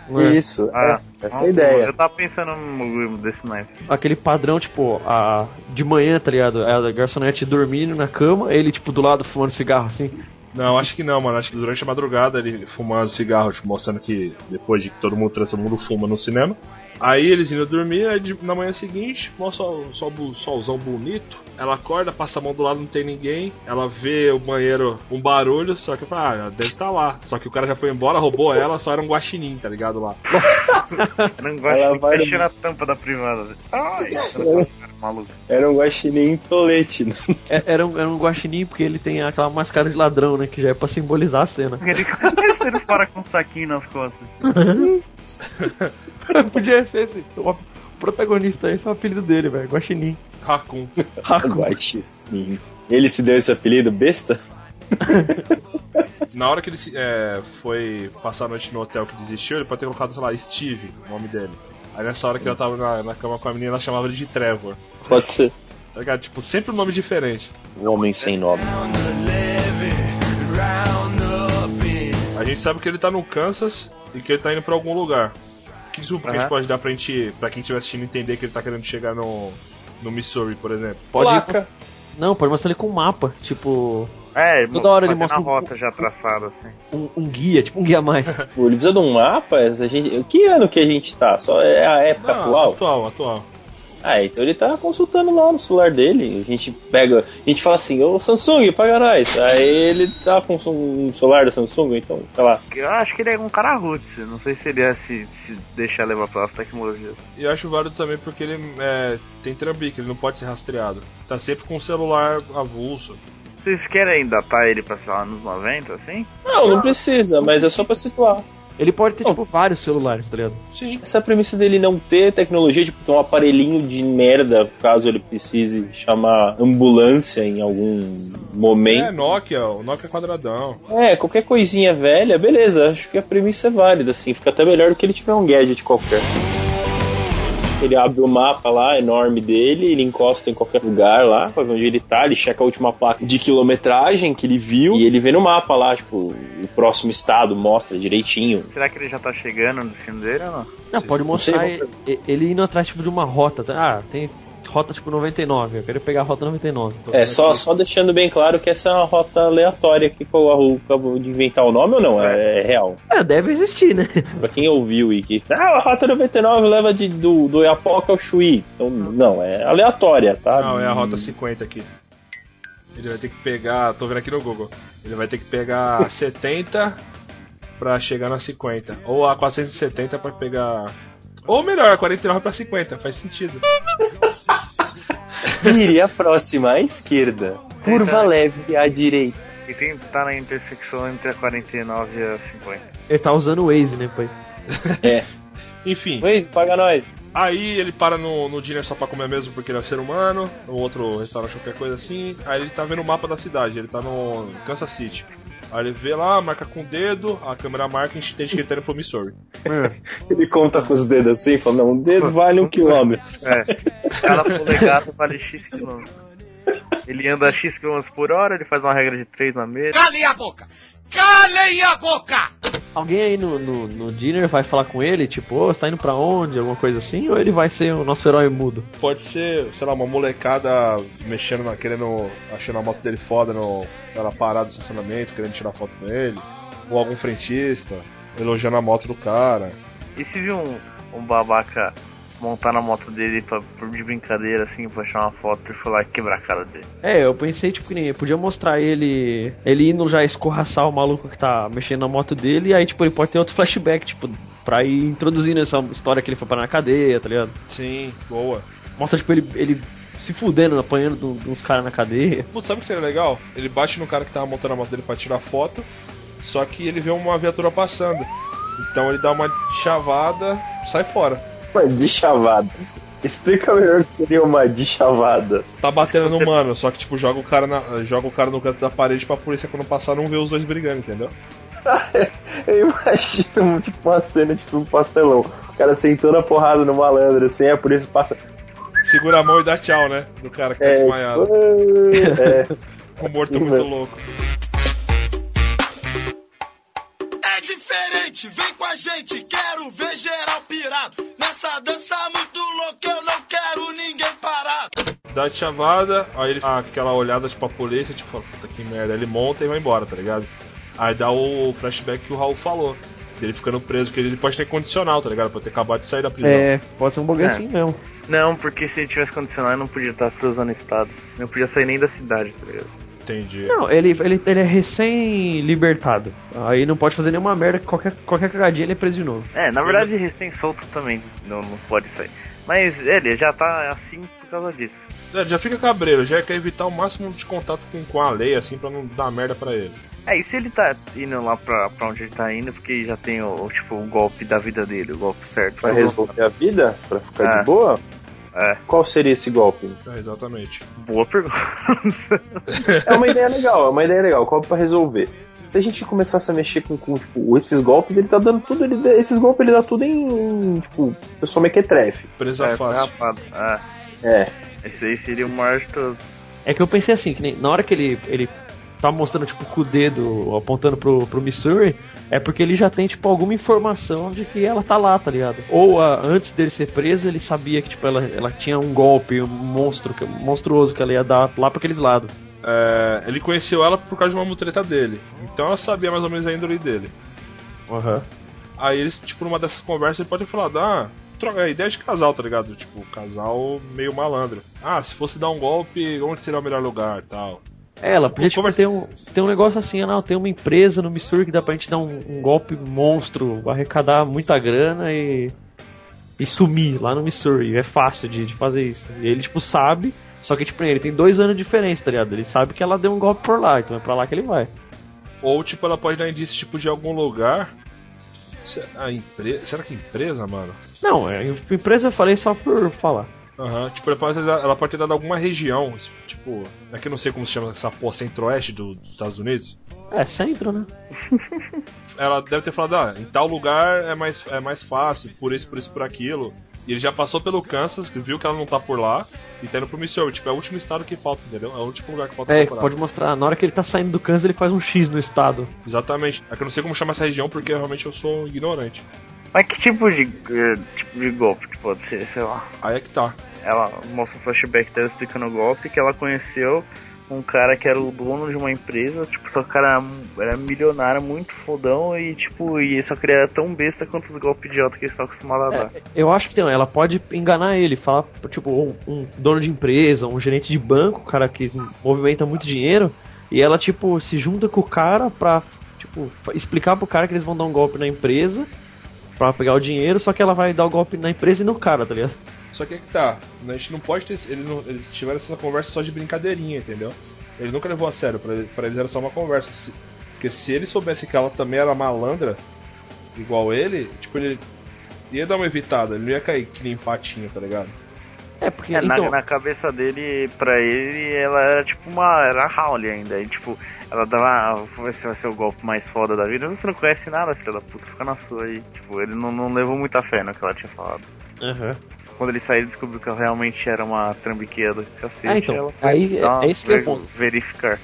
[SPEAKER 3] Não é?
[SPEAKER 2] Isso,
[SPEAKER 4] Ah,
[SPEAKER 2] é, essa é a
[SPEAKER 4] nossa,
[SPEAKER 2] ideia.
[SPEAKER 4] Eu tava pensando no desse knife.
[SPEAKER 3] Aquele padrão, tipo, a, de manhã, tá ligado? A garçonete dormindo na cama, ele, tipo, do lado fumando cigarro, assim.
[SPEAKER 1] Não, acho que não, mano. Acho que durante a madrugada ele fumando cigarro, tipo, mostrando que depois de que todo mundo trans, todo mundo fuma no cinema. Aí eles indo dormir, aí de- na manhã seguinte, mó sol, sol, bu- solzão bonito. Ela acorda, passa a mão do lado, não tem ninguém. Ela vê o banheiro, um barulho, só que fala, ah, ela deve estar lá. Só que o cara já foi embora, roubou ela, só era um guaxinim, tá ligado lá.
[SPEAKER 4] Eu não gosto
[SPEAKER 2] Ela
[SPEAKER 4] de
[SPEAKER 2] vai
[SPEAKER 4] fechar a tampa da privada.
[SPEAKER 2] [LAUGHS]
[SPEAKER 4] Ai, cara, é maluco.
[SPEAKER 2] Era um guaxinim tolete, [LAUGHS] né?
[SPEAKER 3] É- Era um, era um guaxinim, porque ele tem aquela máscara de ladrão, né? Que já é pra simbolizar a cena.
[SPEAKER 4] Ele [LAUGHS] fica terceiro fora com um saquinho nas costas.
[SPEAKER 3] Cara, [LAUGHS] podia ser esse. O protagonista, esse é o apelido dele, velho. Guaxinim.
[SPEAKER 1] Raccoon.
[SPEAKER 3] Raku.
[SPEAKER 2] Guaxinim. Ele se deu esse apelido besta?
[SPEAKER 1] Na hora que ele se- é, foi passar a noite no hotel que desistiu, ele pode ter colocado, sei lá, Steve, o nome dele. Aí nessa hora que ela tava na, na cama com a menina, ela chamava ele de Trevor.
[SPEAKER 2] Pode ser.
[SPEAKER 1] Tá ligado? Tipo, sempre um nome diferente.
[SPEAKER 2] Um homem sem nome.
[SPEAKER 1] A gente sabe que ele tá no Kansas e que ele tá indo pra algum lugar. Que desculpa que a gente
[SPEAKER 4] Aham.
[SPEAKER 1] pode dar pra gente, pra quem estiver assistindo, entender que ele tá querendo chegar no, no Missouri, por exemplo.
[SPEAKER 3] Pode ir com- Não, pode mostrar ele com um mapa. Tipo,
[SPEAKER 4] É,
[SPEAKER 3] Toda hora ele
[SPEAKER 4] fazendo
[SPEAKER 3] mostra
[SPEAKER 4] a
[SPEAKER 3] um-
[SPEAKER 4] rota já traçada, assim.
[SPEAKER 3] um, um guia, tipo um guia a [LAUGHS] mais.
[SPEAKER 2] Tipo, ele precisa de um mapa? A gente... Que ano que a gente tá? Só é a época atual?
[SPEAKER 1] atual, atual.
[SPEAKER 2] Ah, então ele tá consultando lá no celular dele. A gente pega, a gente fala assim, ô Samsung, paga nós. Aí ele tá com um celular da Samsung, então, sei lá.
[SPEAKER 4] Eu acho que ele é um cara roots. Não sei se ele ia se, se deixar levar pelas tecnologias.
[SPEAKER 1] E eu acho válido também porque ele é, tem trambique, ele não pode ser rastreado. Tá sempre com o celular avulso.
[SPEAKER 4] Vocês querem datar ele pra, sei lá, nos 90, assim?
[SPEAKER 2] Não, não precisa, mas é só pra situar.
[SPEAKER 3] Ele pode ter,
[SPEAKER 2] Não.
[SPEAKER 3] tipo, vários celulares, tá ligado?
[SPEAKER 1] Sim.
[SPEAKER 2] Essa premissa dele não ter tecnologia, tipo, ter um aparelhinho de merda, caso ele precise chamar ambulância em algum
[SPEAKER 1] É
[SPEAKER 2] momento.
[SPEAKER 1] Nokia, o Nokia quadradão.
[SPEAKER 2] É, qualquer coisinha velha, beleza, acho que a premissa é válida, assim, fica até melhor do que ele tiver um gadget qualquer. Ele abre o mapa lá, enorme dele, ele encosta em qualquer lugar lá, pra ver onde ele tá, ele checa a última placa de quilometragem que ele viu, e ele vê no mapa lá, tipo, o próximo estado mostra direitinho.
[SPEAKER 4] Será que ele já tá chegando no destino dele ou não?
[SPEAKER 3] Não, pode
[SPEAKER 2] sei,
[SPEAKER 3] mostrar
[SPEAKER 2] vou
[SPEAKER 3] ele, ele indo atrás, tipo, de uma rota. tá? Ah, tem rota, tipo, 99. Eu quero pegar a rota 99.
[SPEAKER 2] É, só, só deixando bem claro que essa é uma rota aleatória que eu acabou de inventar o nome ou não, é, é real.
[SPEAKER 3] É, deve existir, [LAUGHS] né?
[SPEAKER 2] Pra quem ouviu e que. Ah, a rota 99 leva de, do, do Iapoca ao Chuí. Então, não, é aleatória, tá?
[SPEAKER 1] Não, é a rota 50 aqui. Ele vai ter que pegar, tô vendo aqui no Google. Ele vai ter que pegar 70 pra chegar na 50. Ou a 470 pra pegar. Ou melhor, a 49 pra 50, faz sentido.
[SPEAKER 2] [LAUGHS] Vire a próxima à esquerda. Curva leve à direita.
[SPEAKER 4] E tem que tá na intersecção entre a 49 e a 50.
[SPEAKER 3] Ele tá usando o Waze, né, pai?
[SPEAKER 2] É.
[SPEAKER 1] Enfim.
[SPEAKER 2] Waze, paga nós.
[SPEAKER 1] Aí ele para no, no dinner só pra comer mesmo porque ele é ser humano, ou outro restaurante, qualquer coisa assim. Aí ele tá vendo o mapa da cidade, ele tá no Kansas City. Aí ele vê lá, marca com o dedo, a câmera marca e a gente tem critério for sorry.
[SPEAKER 2] Ele conta com os dedos assim, fala, não, um dedo vale um quilômetro.
[SPEAKER 4] É. Cada polegada vale X quilômetros. Ele anda a X km por hora, ele faz uma regra de 3 na mesa.
[SPEAKER 6] Calem a boca! Calem a boca!
[SPEAKER 3] Alguém aí no, no, no dinner vai falar com ele, tipo, ô, você tá indo pra onde? Alguma coisa assim? Ou ele vai ser o nosso herói mudo?
[SPEAKER 1] Pode ser, sei lá, uma molecada mexendo na, querendo, achando a moto dele foda no, ela parada no estacionamento, querendo tirar foto com ele. Ou algum frentista, elogiando a moto do cara.
[SPEAKER 4] E se viu um, um babaca montar na moto dele pra, por de brincadeira, assim, pra achar uma foto e falar quebrar a cara dele.
[SPEAKER 3] É, eu pensei, tipo, que nem podia mostrar ele. Ele indo já escorraçar o maluco que tá mexendo na moto dele, e aí, tipo, ele pode ter outro flashback, tipo, pra ir introduzindo essa história que ele foi parar na cadeia, tá ligado?
[SPEAKER 1] Sim, boa.
[SPEAKER 3] Mostra, tipo, ele. ele se fudendo, apanhando de uns caras na cadeia.
[SPEAKER 1] Putz, sabe o que seria legal? Ele bate no cara que tava montando a moto dele pra tirar foto, só que ele vê uma viatura passando. Então ele dá uma chavada, sai fora.
[SPEAKER 2] Uma dichavada. Explica melhor o que seria uma dichavada.
[SPEAKER 1] Tá batendo [LAUGHS] no mano, só que tipo, joga o cara na, joga o cara no canto da parede pra polícia quando passar não ver os dois brigando, entendeu?
[SPEAKER 2] Eu imagino tipo uma cena tipo um pastelão. O cara sentando a porrada no malandro, assim, a polícia passa.
[SPEAKER 1] Segura a mão e dá tchau, né? Do cara que tá
[SPEAKER 2] É,
[SPEAKER 1] desmaiado.
[SPEAKER 2] tipo, é,
[SPEAKER 1] Com o morto
[SPEAKER 2] assim,
[SPEAKER 1] muito
[SPEAKER 2] velho.
[SPEAKER 1] louco.
[SPEAKER 6] É diferente, vem com a gente, quero ver geral pirado. Nessa dança muito louca, eu não quero ninguém parado.
[SPEAKER 1] Dá a chavada, aí ele dá aquela olhada tipo a polícia, tipo, fala, puta que merda, ele monta e vai embora, tá ligado? Aí dá o flashback que o Raul falou. Ele ficando preso, que ele pode ter condicional, tá ligado? Pode ter acabado de sair da prisão.
[SPEAKER 3] É, pode ser um bagulho
[SPEAKER 4] É.
[SPEAKER 3] assim mesmo.
[SPEAKER 4] Não, porque se ele tivesse condicionado, ele não podia estar cruzando estados. Não podia sair nem da cidade, tá ligado?
[SPEAKER 1] Entendi.
[SPEAKER 3] Não, ele, ele, ele é recém-libertado. Aí não pode fazer nenhuma merda, qualquer, qualquer cagadinha ele é preso de novo.
[SPEAKER 4] É, na verdade, recém-solto também não, não pode sair. Mas ele já tá assim por causa disso.
[SPEAKER 1] É, já fica cabreiro, já quer evitar o máximo de contato com, com a lei, assim, pra não dar merda pra ele.
[SPEAKER 4] É, e se ele tá indo lá pra, pra onde ele tá indo, porque já tem o, o, tipo, o golpe da vida dele, o golpe certo.
[SPEAKER 2] Pra resolver a vida? Pra ficar
[SPEAKER 4] Uhum. É.
[SPEAKER 2] de boa?
[SPEAKER 4] É,
[SPEAKER 2] Qual seria esse golpe?
[SPEAKER 1] É, exatamente.
[SPEAKER 4] boa pergunta.
[SPEAKER 2] É uma ideia legal, é uma ideia legal. Golpe pra resolver. Se a gente começasse a mexer com, com, tipo, esses golpes, ele tá dando tudo. Ele, dá- esses golpes ele dá tudo em. em, Tipo, pessoa mequetrefe.
[SPEAKER 1] Presa
[SPEAKER 4] [LAUGHS] é,
[SPEAKER 1] fácil.
[SPEAKER 4] rapado. É,
[SPEAKER 2] É.
[SPEAKER 4] esse aí seria o maior de todos.
[SPEAKER 3] É que eu pensei assim, que nem, na hora que ele, ele tá mostrando, tipo, com o dedo apontando pro, pro Missouri, é porque ele já tem, tipo, alguma informação de que ela tá lá, tá ligado? Ou ah, antes dele ser preso, ele sabia que, tipo, ela, ela tinha um golpe, um monstro, que- monstruoso que ela ia dar lá pra aqueles lados.
[SPEAKER 1] É, ele conheceu ela por causa de uma mutreta dele. Então ela sabia mais ou menos a índole dele.
[SPEAKER 3] Aham.
[SPEAKER 1] Aí eles, tipo, numa dessas conversas, ele pode falar, ah, troca, é ideia de casal, tá ligado? Tipo, casal meio malandro. Ah, se fosse dar um golpe, onde seria o melhor lugar tal.
[SPEAKER 3] Ela podia,
[SPEAKER 1] Como
[SPEAKER 3] tipo, ter um, ter um negócio assim, ah, não, tem uma empresa no Missouri que dá pra gente dar um, um golpe monstro, arrecadar muita grana e. e sumir lá no Missouri. É fácil de, de fazer isso. E ele, tipo, sabe, só que, tipo, ele tem dois anos de diferença, tá ligado? Ele sabe que ela deu um golpe por lá, então é pra lá que ele vai.
[SPEAKER 1] Ou, tipo, ela pode dar indício, tipo, de algum lugar. Se- A empresa. Será que é empresa, mano?
[SPEAKER 3] Não, é, empresa eu falei só por falar.
[SPEAKER 1] Aham, tipo, ela pode, ter dado- ela pode ter dado alguma região, tipo, é que eu não sei como se chama essa porra centro-oeste do- dos Estados Unidos.
[SPEAKER 3] É, centro, né?
[SPEAKER 1] Ela deve ter falado, ah, em tal lugar é mais, é mais fácil, por isso, por isso, por aquilo. E ele já passou pelo Kansas, que viu que ela não tá por lá, e tá indo pro Missouri. Tipo, é o último estado que falta, entendeu? É o último lugar que falta
[SPEAKER 3] É,
[SPEAKER 1] temporada.
[SPEAKER 3] pode mostrar, na hora que ele tá saindo do Kansas, ele faz um X no estado.
[SPEAKER 1] Exatamente. É que eu não sei como chama essa região, porque realmente eu sou um ignorante.
[SPEAKER 4] Mas que tipo de, eh, tipo de golpe que pode ser, sei lá.
[SPEAKER 1] Aí é que tá.
[SPEAKER 4] ela mostra um flashback dela explicando o golpe que ela conheceu um cara que era o dono de uma empresa, tipo, só que o cara era milionário, muito fodão e tipo, e ele só queria era tão besta quanto os golpes idiota que eles estão acostumados a dar.
[SPEAKER 3] Eu acho que tem, ela pode enganar ele, falar, tipo, um, um dono de empresa, um gerente de banco, um cara que movimenta muito dinheiro, e ela, tipo, se junta com o cara pra, tipo, fa- explicar pro cara que eles vão dar um golpe na empresa pra pegar o dinheiro, só que ela vai dar o golpe na empresa e no cara, tá ligado?
[SPEAKER 1] Só que é que tá, a gente não pode ter. Eles, não- eles tiveram essa conversa só de brincadeirinha, entendeu? Ele nunca levou a sério, pra, pra eles era só uma conversa. Se- Porque se ele soubesse que ela também era malandra, igual ele, tipo, ele ia dar uma evitada, ele não ia cair que nem patinho, tá ligado?
[SPEAKER 3] É, porque
[SPEAKER 4] É, na-
[SPEAKER 3] então,
[SPEAKER 4] na, cabeça dele, pra ele, ela era tipo uma. Era Howley ainda. E, tipo, ela dava. Ah, esse vai ser o golpe mais foda da vida. Você não conhece nada, filha da puta, fica na sua aí. Tipo, ele não, não levou muita fé no que ela tinha falado.
[SPEAKER 3] Aham.
[SPEAKER 4] Quando ele saiu, ele descobriu que ela realmente era uma trambiqueira do cacete.
[SPEAKER 3] É, então,
[SPEAKER 4] ela foi
[SPEAKER 3] aí é-
[SPEAKER 4] dar-
[SPEAKER 3] é esse que é o
[SPEAKER 4] ver-
[SPEAKER 3] ponto.
[SPEAKER 4] Verificar.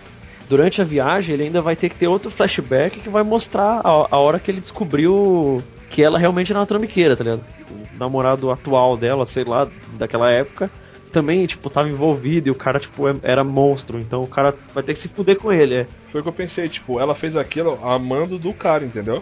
[SPEAKER 3] durante a viagem ele ainda vai ter que ter outro flashback que vai mostrar a, a hora que ele descobriu que ela realmente era uma trambiqueira, tá ligado? O namorado atual dela, sei lá, daquela época, também, tipo, tava envolvido e o cara, tipo, é- era monstro, então o cara vai ter que se fuder com ele, é.
[SPEAKER 1] Foi o que eu pensei, tipo, ela fez aquilo amando do cara, entendeu?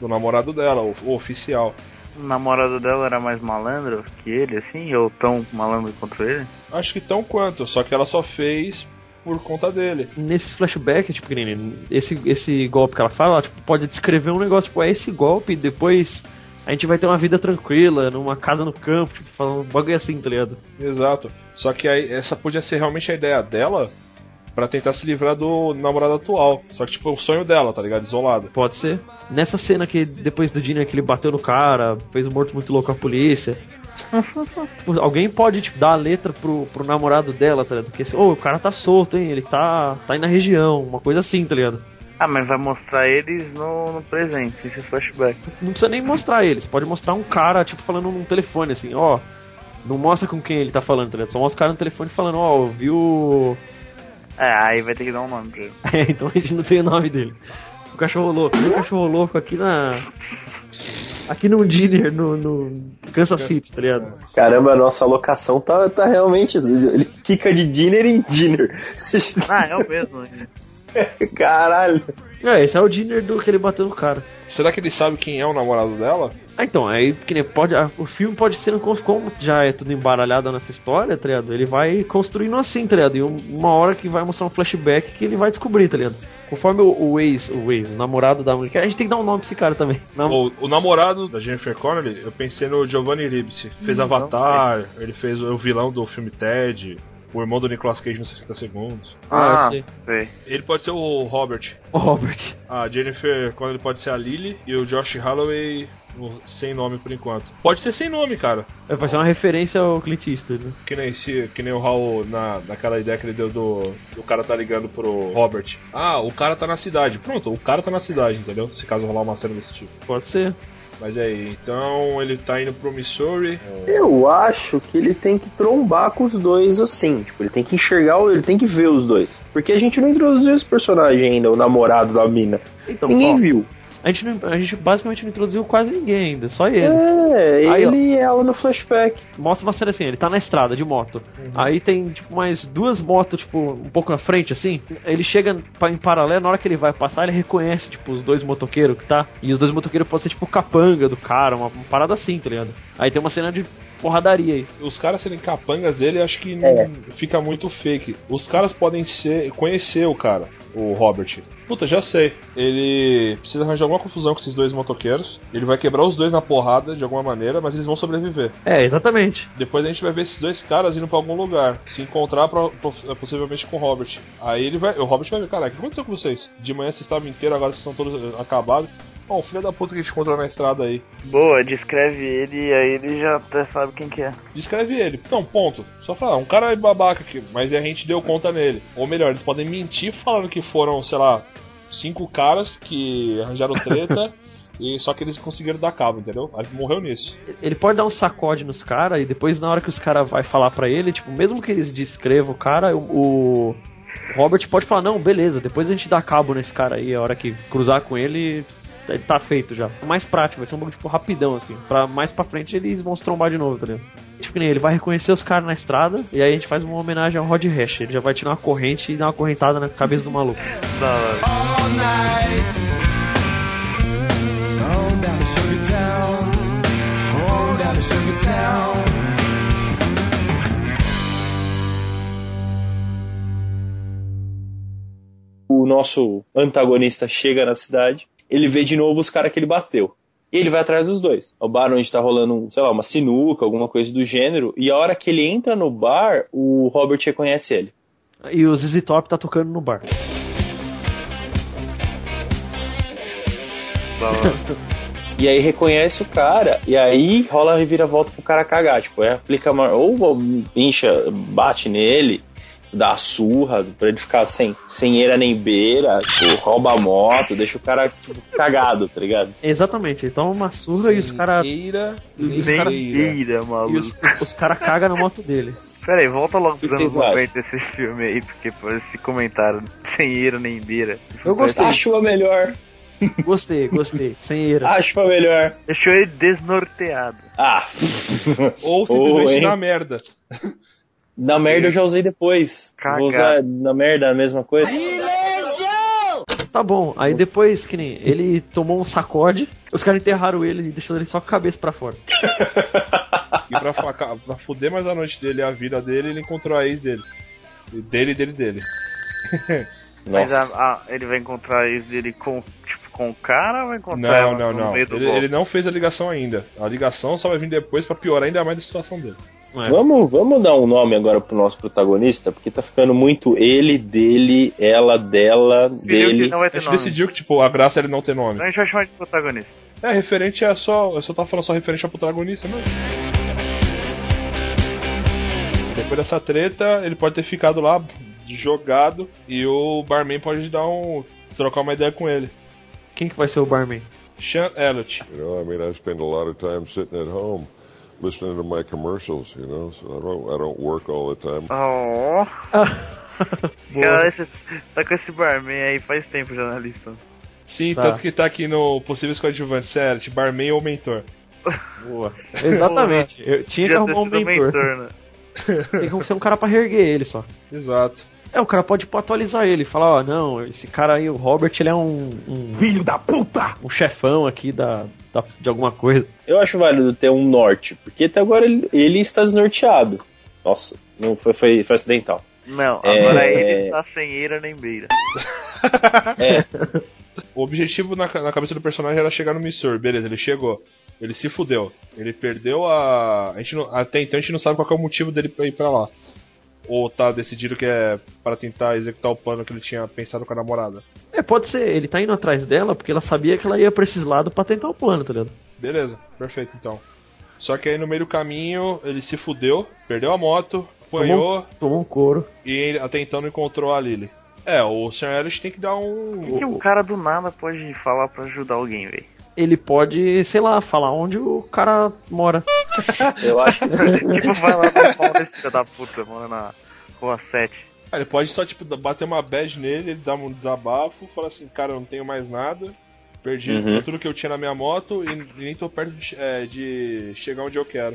[SPEAKER 1] Do namorado dela, o, o oficial.
[SPEAKER 4] O namorado dela era mais malandro que ele, assim? Ou tão malandro quanto ele?
[SPEAKER 1] Acho que tão quanto, só que ela só fez por conta dele.
[SPEAKER 3] Nesses flashbacks, tipo, que nem esse, esse golpe que ela fala, ela tipo, pode descrever um negócio, tipo, é esse golpe e depois a gente vai ter uma vida tranquila, numa casa no campo, tipo, falando um bagulho assim, tá ligado?
[SPEAKER 1] Exato. Só que aí, essa podia ser realmente a ideia dela pra tentar se livrar do namorado atual. Só que, tipo, é o sonho dela, tá ligado? Isolada.
[SPEAKER 3] Pode ser. Nessa cena que depois do Diner que ele bateu no cara, fez um morto muito louco com a polícia. Tipo, Alguém pode tipo, dar a letra pro, pro namorado dela, tá ligado? Porque assim, ô, o cara tá solto, hein? Ele tá, tá aí na região, uma coisa assim, tá ligado?
[SPEAKER 4] Ah, mas vai mostrar eles no, no presente, esse flashback.
[SPEAKER 3] Não precisa nem mostrar eles, pode mostrar um cara, tipo, falando num telefone, assim, ó. Não mostra com quem ele tá falando, tá ligado? Só mostra o cara no telefone falando, ó, viu.
[SPEAKER 4] É, aí vai ter que dar um nome pra ele.
[SPEAKER 3] É, então a gente não tem o nome dele. O cachorro louco, o cachorro louco aqui na. Aqui no Diner, no, no Kansas City, tá ligado?
[SPEAKER 2] Caramba, a nossa locação tá, tá realmente. Ele fica de dinner em dinner. [LAUGHS]
[SPEAKER 4] Ah, é o mesmo. né?
[SPEAKER 2] Caralho.
[SPEAKER 3] É, esse é o Dinner do que ele bateu no cara.
[SPEAKER 1] Será que ele sabe quem é o namorado dela?
[SPEAKER 3] Ah, então, aí que nem pode. ah, o filme pode ser um cons- como já é tudo embaralhado nessa história, tá ligado? Ele vai construindo assim, tá ligado? E um- uma hora que vai mostrar um flashback que ele vai descobrir, tá ligado? Conforme o, o ex, o ex, o namorado da mulher. que A gente tem que dar um nome pra esse cara também. Nam-
[SPEAKER 1] O, o namorado da Jennifer Connelly, eu pensei no Giovanni Ribisi. Fez Avatar, ele fez o vilão do filme Ted, o irmão do Nicolas Cage nos 60 segundos.
[SPEAKER 3] [LAUGHS] Ah,
[SPEAKER 4] Ah,
[SPEAKER 3] eu sei.
[SPEAKER 4] sei.
[SPEAKER 1] Ele pode ser o Robert.
[SPEAKER 3] O Robert.
[SPEAKER 1] A Jennifer Connelly pode ser a Lily e o Josh Holloway o- sem nome por enquanto. Pode ser sem nome, cara.
[SPEAKER 3] É, Vai ser uma referência ao Clint Eastwood, né?
[SPEAKER 1] Que nem, esse, que nem o Raul na, naquela ideia que ele deu do. O cara tá ligando pro Robert. Ah, o cara tá na cidade. Pronto, o cara tá na cidade, entendeu? Se caso rolar uma cena desse tipo.
[SPEAKER 3] Pode ser.
[SPEAKER 1] Mas é aí, então ele tá indo pro Missouri. É,
[SPEAKER 2] Eu acho que ele tem que trombar com os dois assim. Tipo, ele tem que enxergar, ele tem que ver os dois. Porque a gente não introduziu esse personagem ainda, o namorado da mina.
[SPEAKER 3] Então,
[SPEAKER 2] Ninguém
[SPEAKER 3] ó,
[SPEAKER 2] viu.
[SPEAKER 3] a, gente não- a gente basicamente não introduziu quase ninguém ainda, só ele.
[SPEAKER 2] É,
[SPEAKER 3] Aí, ó.
[SPEAKER 2] ele e ela no flashback.
[SPEAKER 3] mostra uma cena assim, ele tá na estrada de moto. Aí tem, tipo, mais duas motos, tipo, um pouco na frente, assim. Ele chega pa- em paralelo, na hora que ele vai passar, ele reconhece, tipo, os dois motoqueiros que tá. E os dois motoqueiros podem ser, tipo, o capanga do cara, uma, uma parada assim, tá ligado? Aí tem uma cena de porradaria aí.
[SPEAKER 1] Os caras serem capangas dele, acho que
[SPEAKER 2] É.
[SPEAKER 1] não- fica muito fake. Os caras podem ser conhecer o cara, o Robert. Puta, já sei. Ele precisa arranjar alguma confusão com esses dois motoqueiros. Ele vai quebrar os dois na porrada de alguma maneira, mas eles vão sobreviver.
[SPEAKER 3] É, exatamente.
[SPEAKER 1] Depois a gente vai ver esses dois caras indo pra algum lugar, se encontrar pro- pro- possivelmente com o Robert. Aí ele vai, o Robert vai ver, caraca, o que aconteceu com vocês? De manhã vocês estavam inteiros, agora vocês estão todos eh, acabados. Ó, o filho da puta que a gente encontrou na estrada aí.
[SPEAKER 4] Boa, descreve ele e aí ele já até sabe quem que é.
[SPEAKER 1] Descreve ele. Não, ponto. Só falar, um cara é babaca aqui, mas a gente deu conta nele. Ou melhor, eles podem mentir falando que foram, sei lá, cinco caras que arranjaram
[SPEAKER 2] [LAUGHS]
[SPEAKER 1] treta. E só que eles conseguiram dar cabo, entendeu? Aí morreu nisso.
[SPEAKER 3] Ele pode dar um sacode nos caras e depois, na hora que os caras vai falar pra ele, tipo, mesmo que eles descrevam o cara, o. o Robert pode falar, não, beleza, depois a gente dá cabo nesse cara aí, a hora que cruzar com ele, ele tá feito já. Mais prático, vai ser um bagulho, tipo, rapidão, assim. Pra mais pra frente eles vão se trombar de novo, tá ligado? Tipo, que nem ele vai reconhecer os caras na estrada, e aí a gente faz uma homenagem ao Rod Hash. Ele já vai tirar uma corrente e dar uma correntada na cabeça do maluco.
[SPEAKER 4] Da hora.
[SPEAKER 2] O nosso antagonista chega na cidade, ele vê de novo os caras que ele bateu. E ele vai atrás dos dois. O bar onde tá rolando, um, sei lá, uma sinuca, alguma coisa do gênero. E a hora que ele entra no bar, o Robert reconhece ele.
[SPEAKER 3] E o ZZ Top tá tocando no bar.
[SPEAKER 4] Da hora.
[SPEAKER 2] E aí reconhece o cara, e aí rola a reviravolta pro cara cagar. Tipo, é, aplica uma, ou incha, bate nele, dá surra pra ele ficar sem, sem eira nem beira, tipo, rouba a moto, deixa o cara tipo, cagado, tá ligado?
[SPEAKER 3] Exatamente, então uma surra e os caras.
[SPEAKER 1] Eira,
[SPEAKER 3] os cara- é
[SPEAKER 4] Mentira,
[SPEAKER 3] E
[SPEAKER 4] maluco.
[SPEAKER 3] os, os caras cagam na moto dele.
[SPEAKER 4] Pera aí, volta logo pros
[SPEAKER 2] que
[SPEAKER 4] anos
[SPEAKER 2] vocês acham?
[SPEAKER 4] 90 esse filme aí, porque pô, esse comentário [LAUGHS] sem ira nem beira.
[SPEAKER 3] Eu gostei.
[SPEAKER 2] Acho a melhor,
[SPEAKER 3] Gostei, [LAUGHS] gostei. Sem eira.
[SPEAKER 2] acho a melhor.
[SPEAKER 4] Deixou ele desnorteado.
[SPEAKER 2] Ah,
[SPEAKER 1] Ou
[SPEAKER 2] Ou,
[SPEAKER 1] simplesmente
[SPEAKER 2] hein?
[SPEAKER 1] na merda.
[SPEAKER 2] na merda eu já usei depois.
[SPEAKER 4] Cagado.
[SPEAKER 2] Vou usar na merda a mesma coisa.
[SPEAKER 3] Tá bom, aí depois que nem ele tomou um sacode, os caras enterraram ele e deixaram ele só com a cabeça pra fora.
[SPEAKER 1] E pra, faca, pra fuder mais a noite dele e a vida dele, ele encontrou a ex dele. E Dele, dele, dele.
[SPEAKER 4] Mas
[SPEAKER 2] Nossa.
[SPEAKER 4] a- a- ele vai encontrar a ex dele com, tipo, com o cara ou vai encontrar
[SPEAKER 1] Não,
[SPEAKER 4] ela
[SPEAKER 1] não,
[SPEAKER 4] é, no
[SPEAKER 1] não.
[SPEAKER 4] meio do
[SPEAKER 1] Ele,
[SPEAKER 4] golpe?
[SPEAKER 1] ele não fez a ligação ainda. A ligação só vai vir depois pra piorar ainda mais a situação dele.
[SPEAKER 2] Vamos, vamos dar um nome agora pro nosso protagonista, porque tá ficando muito ele, dele, ela, dela,
[SPEAKER 4] Filho que
[SPEAKER 2] dele.
[SPEAKER 4] não é- vai
[SPEAKER 1] A
[SPEAKER 4] ter
[SPEAKER 1] gente
[SPEAKER 4] nome.
[SPEAKER 1] decidiu que, tipo, a graça é ele não ter nome.
[SPEAKER 4] Então a gente vai chamar de protagonista.
[SPEAKER 1] É, referente é só. Eu só tava falando só referente ao protagonista, mesmo. Depois dessa treta, ele pode ter ficado lá jogado e o barman pode dar um. trocar uma ideia com ele.
[SPEAKER 3] Quem que vai ser o barman?
[SPEAKER 1] Sean Elliott.
[SPEAKER 8] You know, I mean, I spend a lot of time sitting at home listening to my commercials, you know, so I don't, I don't work all the time.
[SPEAKER 4] Oh,
[SPEAKER 3] Ah. Boa.
[SPEAKER 4] cara, esse, tá com esse barman aí faz tempo, jornalista.
[SPEAKER 1] Sim,
[SPEAKER 3] Tá.
[SPEAKER 1] tanto que tá aqui no Possíveis Coadjuvantes, é Elliott, barman ou mentor.
[SPEAKER 3] Exatamente. Eu tinha
[SPEAKER 4] Podia
[SPEAKER 3] que
[SPEAKER 4] ter
[SPEAKER 3] arrumar um
[SPEAKER 4] sido
[SPEAKER 3] mentor.
[SPEAKER 4] né?
[SPEAKER 3] Tem que ser um cara pra reerguer ele só.
[SPEAKER 1] Exato.
[SPEAKER 3] É, o cara pode tipo, atualizar ele, falar, ó, não, esse cara aí, o Robert, ele é um, um
[SPEAKER 9] Filho da puta!
[SPEAKER 3] um chefão aqui da, da- de alguma coisa.
[SPEAKER 2] Eu acho válido ter um norte, porque até agora ele, ele está desnorteado. Nossa, não foi, foi, foi acidental.
[SPEAKER 4] Não,
[SPEAKER 2] É.
[SPEAKER 4] agora ele está sem eira nem beira.
[SPEAKER 1] O objetivo na, ca- na cabeça do personagem era chegar no Missur, beleza, ele chegou. Ele se fudeu. Ele perdeu a. a gente não- até então a gente não sabe qual que é o motivo dele pra ir pra lá. Ou tá decidido que é para tentar executar o plano que ele tinha pensado com a namorada.
[SPEAKER 3] É, pode ser, ele tá indo atrás dela porque ela sabia que ela ia pra esses lados pra tentar o plano, tá ligado?
[SPEAKER 1] Beleza, perfeito então. Só que aí no meio do caminho ele se fudeu, perdeu a moto, apanhou
[SPEAKER 3] Tomou um couro.
[SPEAKER 1] e ele, até então não encontrou a Lily. É, o Sr. Ellis tem que dar
[SPEAKER 4] O que,
[SPEAKER 1] um.
[SPEAKER 4] que um cara do nada pode falar pra ajudar alguém, velho? [LAUGHS]
[SPEAKER 3] Ele pode, sei lá, falar onde o cara mora.
[SPEAKER 2] Eu acho
[SPEAKER 4] tipo, vai lá dar um pau nesse filho da puta, mano, na rua 7.
[SPEAKER 1] Ah, Ele pode só, tipo, bater uma bad nele, ele dá um desabafo, fala assim, cara, eu não tenho mais nada, perdi
[SPEAKER 2] Uhum.
[SPEAKER 1] tudo que eu tinha na minha moto e e nem tô perto de, che- é, de chegar onde eu quero.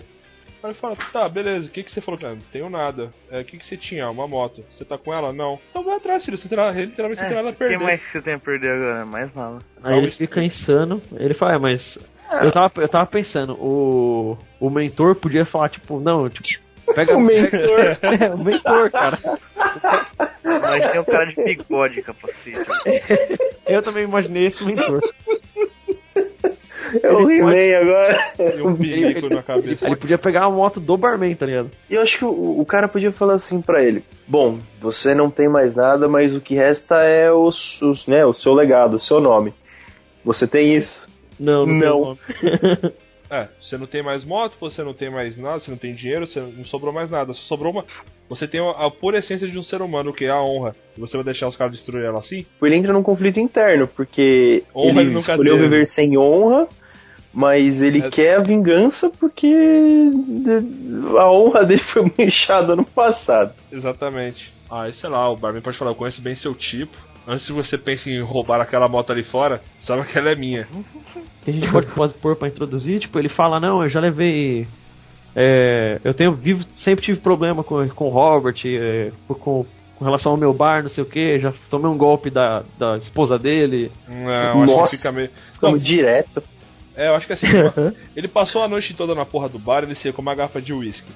[SPEAKER 1] Aí ele fala, tá, beleza, o que, que você falou? Cara, não tenho nada. É, O que, que você tinha? Uma moto. Você tá com ela? Não. Então vai atrás, filho, você terá, literalmente você terá nada a
[SPEAKER 4] Quem
[SPEAKER 1] perder. [LAUGHS]
[SPEAKER 4] mais que você É, tem a perder agora? Mais nada.
[SPEAKER 3] Aí ele fica insano. Ele fala, é, mas. Eu tava, eu tava pensando, o, o mentor podia falar, tipo, não, tipo. [LAUGHS] Pega, o mentor. é, o mentor, cara.
[SPEAKER 4] Mas tem um cara de bigode, capacete.
[SPEAKER 3] Eu também imaginei esse mentor.
[SPEAKER 2] é o
[SPEAKER 3] Ele
[SPEAKER 2] He-Man
[SPEAKER 3] pode-
[SPEAKER 2] agora.
[SPEAKER 1] E um bico na cabeça.
[SPEAKER 3] Ele podia pegar a moto do barman, tá ligado?
[SPEAKER 2] Eu acho que o, o cara podia falar assim pra ele: Bom, você não tem mais nada, mas o que resta é os, os, né, o seu legado, o seu nome. Você tem isso?
[SPEAKER 3] Não, não. tem
[SPEAKER 2] Não.
[SPEAKER 3] nome.
[SPEAKER 1] É, você não tem mais moto, você não tem mais nada, você não tem dinheiro, você não sobrou mais nada, só sobrou uma. Você tem a a pura essência de um ser humano, que é a honra. E você vai deixar os caras destruir ela assim?
[SPEAKER 2] Ele entra num conflito interno, porque
[SPEAKER 1] Honra ele
[SPEAKER 2] ele
[SPEAKER 1] nunca
[SPEAKER 2] escolheu
[SPEAKER 1] teve.
[SPEAKER 2] viver sem honra, mas ele
[SPEAKER 1] É.
[SPEAKER 2] quer a vingança porque a honra dele foi manchada no passado.
[SPEAKER 1] Exatamente. Ah, e sei lá, o Barman pode falar, eu conheço bem seu tipo. Antes que você pense em roubar aquela moto ali fora, sabe que ela é minha.
[SPEAKER 3] que a gente pode, pode pôr pra introduzir, tipo, ele fala, não, eu já levei. é, eu tenho vivo, sempre tive problema com, com o Robert, é, com, com relação ao meu bar, não sei o que, já tomei um golpe da, da esposa dele.
[SPEAKER 1] Não, acho que
[SPEAKER 2] Nossa.
[SPEAKER 1] fica meio.
[SPEAKER 2] Como
[SPEAKER 1] Não.
[SPEAKER 2] direto.
[SPEAKER 1] É, eu acho que assim, uma- ele passou a noite toda na porra do bar, ele secou uma garrafa de uísque.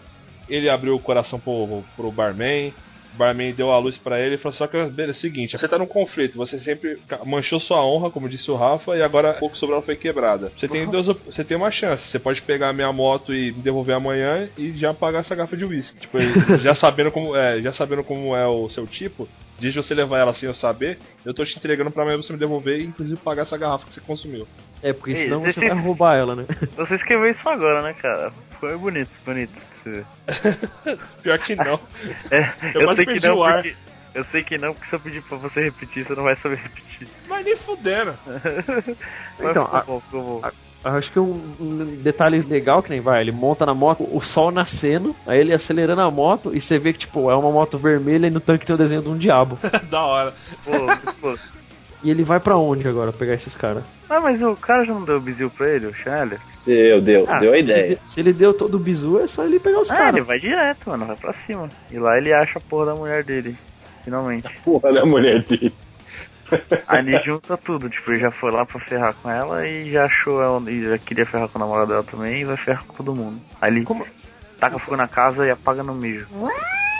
[SPEAKER 1] Ele abriu o coração pro, pro barman, o barman deu a luz pra ele e falou: Só que é o seguinte, você tá num conflito, você sempre ca- manchou sua honra, como disse o Rafa, e agora um pouco sobre ela foi quebrada. Você tem, duas, op- você tem uma chance, você pode pegar a minha moto e me devolver amanhã e já pagar essa garrafa de uísque. Tipo, ele- [LAUGHS] já, sabendo como, é, já sabendo como é o seu tipo. Diz você levar ela sem eu saber, eu tô te entregando pra amanhã você me devolver e inclusive pagar essa garrafa que você consumiu.
[SPEAKER 3] É, porque senão
[SPEAKER 4] Ei,
[SPEAKER 3] você
[SPEAKER 4] esse-
[SPEAKER 3] vai roubar ela, né?
[SPEAKER 4] Você escreveu isso agora, né, cara? Foi bonito, bonito.
[SPEAKER 1] Pior que não.
[SPEAKER 4] É,
[SPEAKER 1] Eu
[SPEAKER 4] eu,
[SPEAKER 1] quase
[SPEAKER 4] sei que
[SPEAKER 1] perdi
[SPEAKER 4] não,
[SPEAKER 1] o ar.
[SPEAKER 4] porque, eu sei que não, porque se eu pedir pra você repetir, você não vai saber repetir.
[SPEAKER 1] Mas nem fuderam.
[SPEAKER 4] Mas
[SPEAKER 3] Então,
[SPEAKER 4] ficou
[SPEAKER 3] a-
[SPEAKER 4] bom, ficou bom.
[SPEAKER 3] Eu acho que um, um detalhe legal que nem vai, ele monta na moto, o sol nascendo, aí ele acelerando a moto e você vê que, tipo, é uma moto vermelha e no tanque tem o desenho de um diabo.
[SPEAKER 1] [LAUGHS] da hora.
[SPEAKER 4] Pô, pô.
[SPEAKER 3] E ele vai pra onde agora pegar esses caras?
[SPEAKER 4] Ah, mas o cara já não deu o bizil pra ele, o Charlie?
[SPEAKER 2] Deu, deu,
[SPEAKER 3] Ah,
[SPEAKER 2] deu a
[SPEAKER 3] se ele
[SPEAKER 2] ideia.
[SPEAKER 3] de- Se ele deu todo o bizu, é só ele pegar os
[SPEAKER 4] Ah, ele
[SPEAKER 3] caras.
[SPEAKER 4] vai direto, mano, vai pra cima. E lá ele acha a porra da mulher dele, finalmente.
[SPEAKER 2] Porra da mulher dele.
[SPEAKER 4] Aí
[SPEAKER 3] [LAUGHS]
[SPEAKER 4] ele junta tudo, tipo, ele já foi lá pra ferrar com ela e já achou ela, e já queria ferrar com o namorado dela também e vai ferrar com todo mundo. Aí ele taca fogo na casa e apaga no mijo.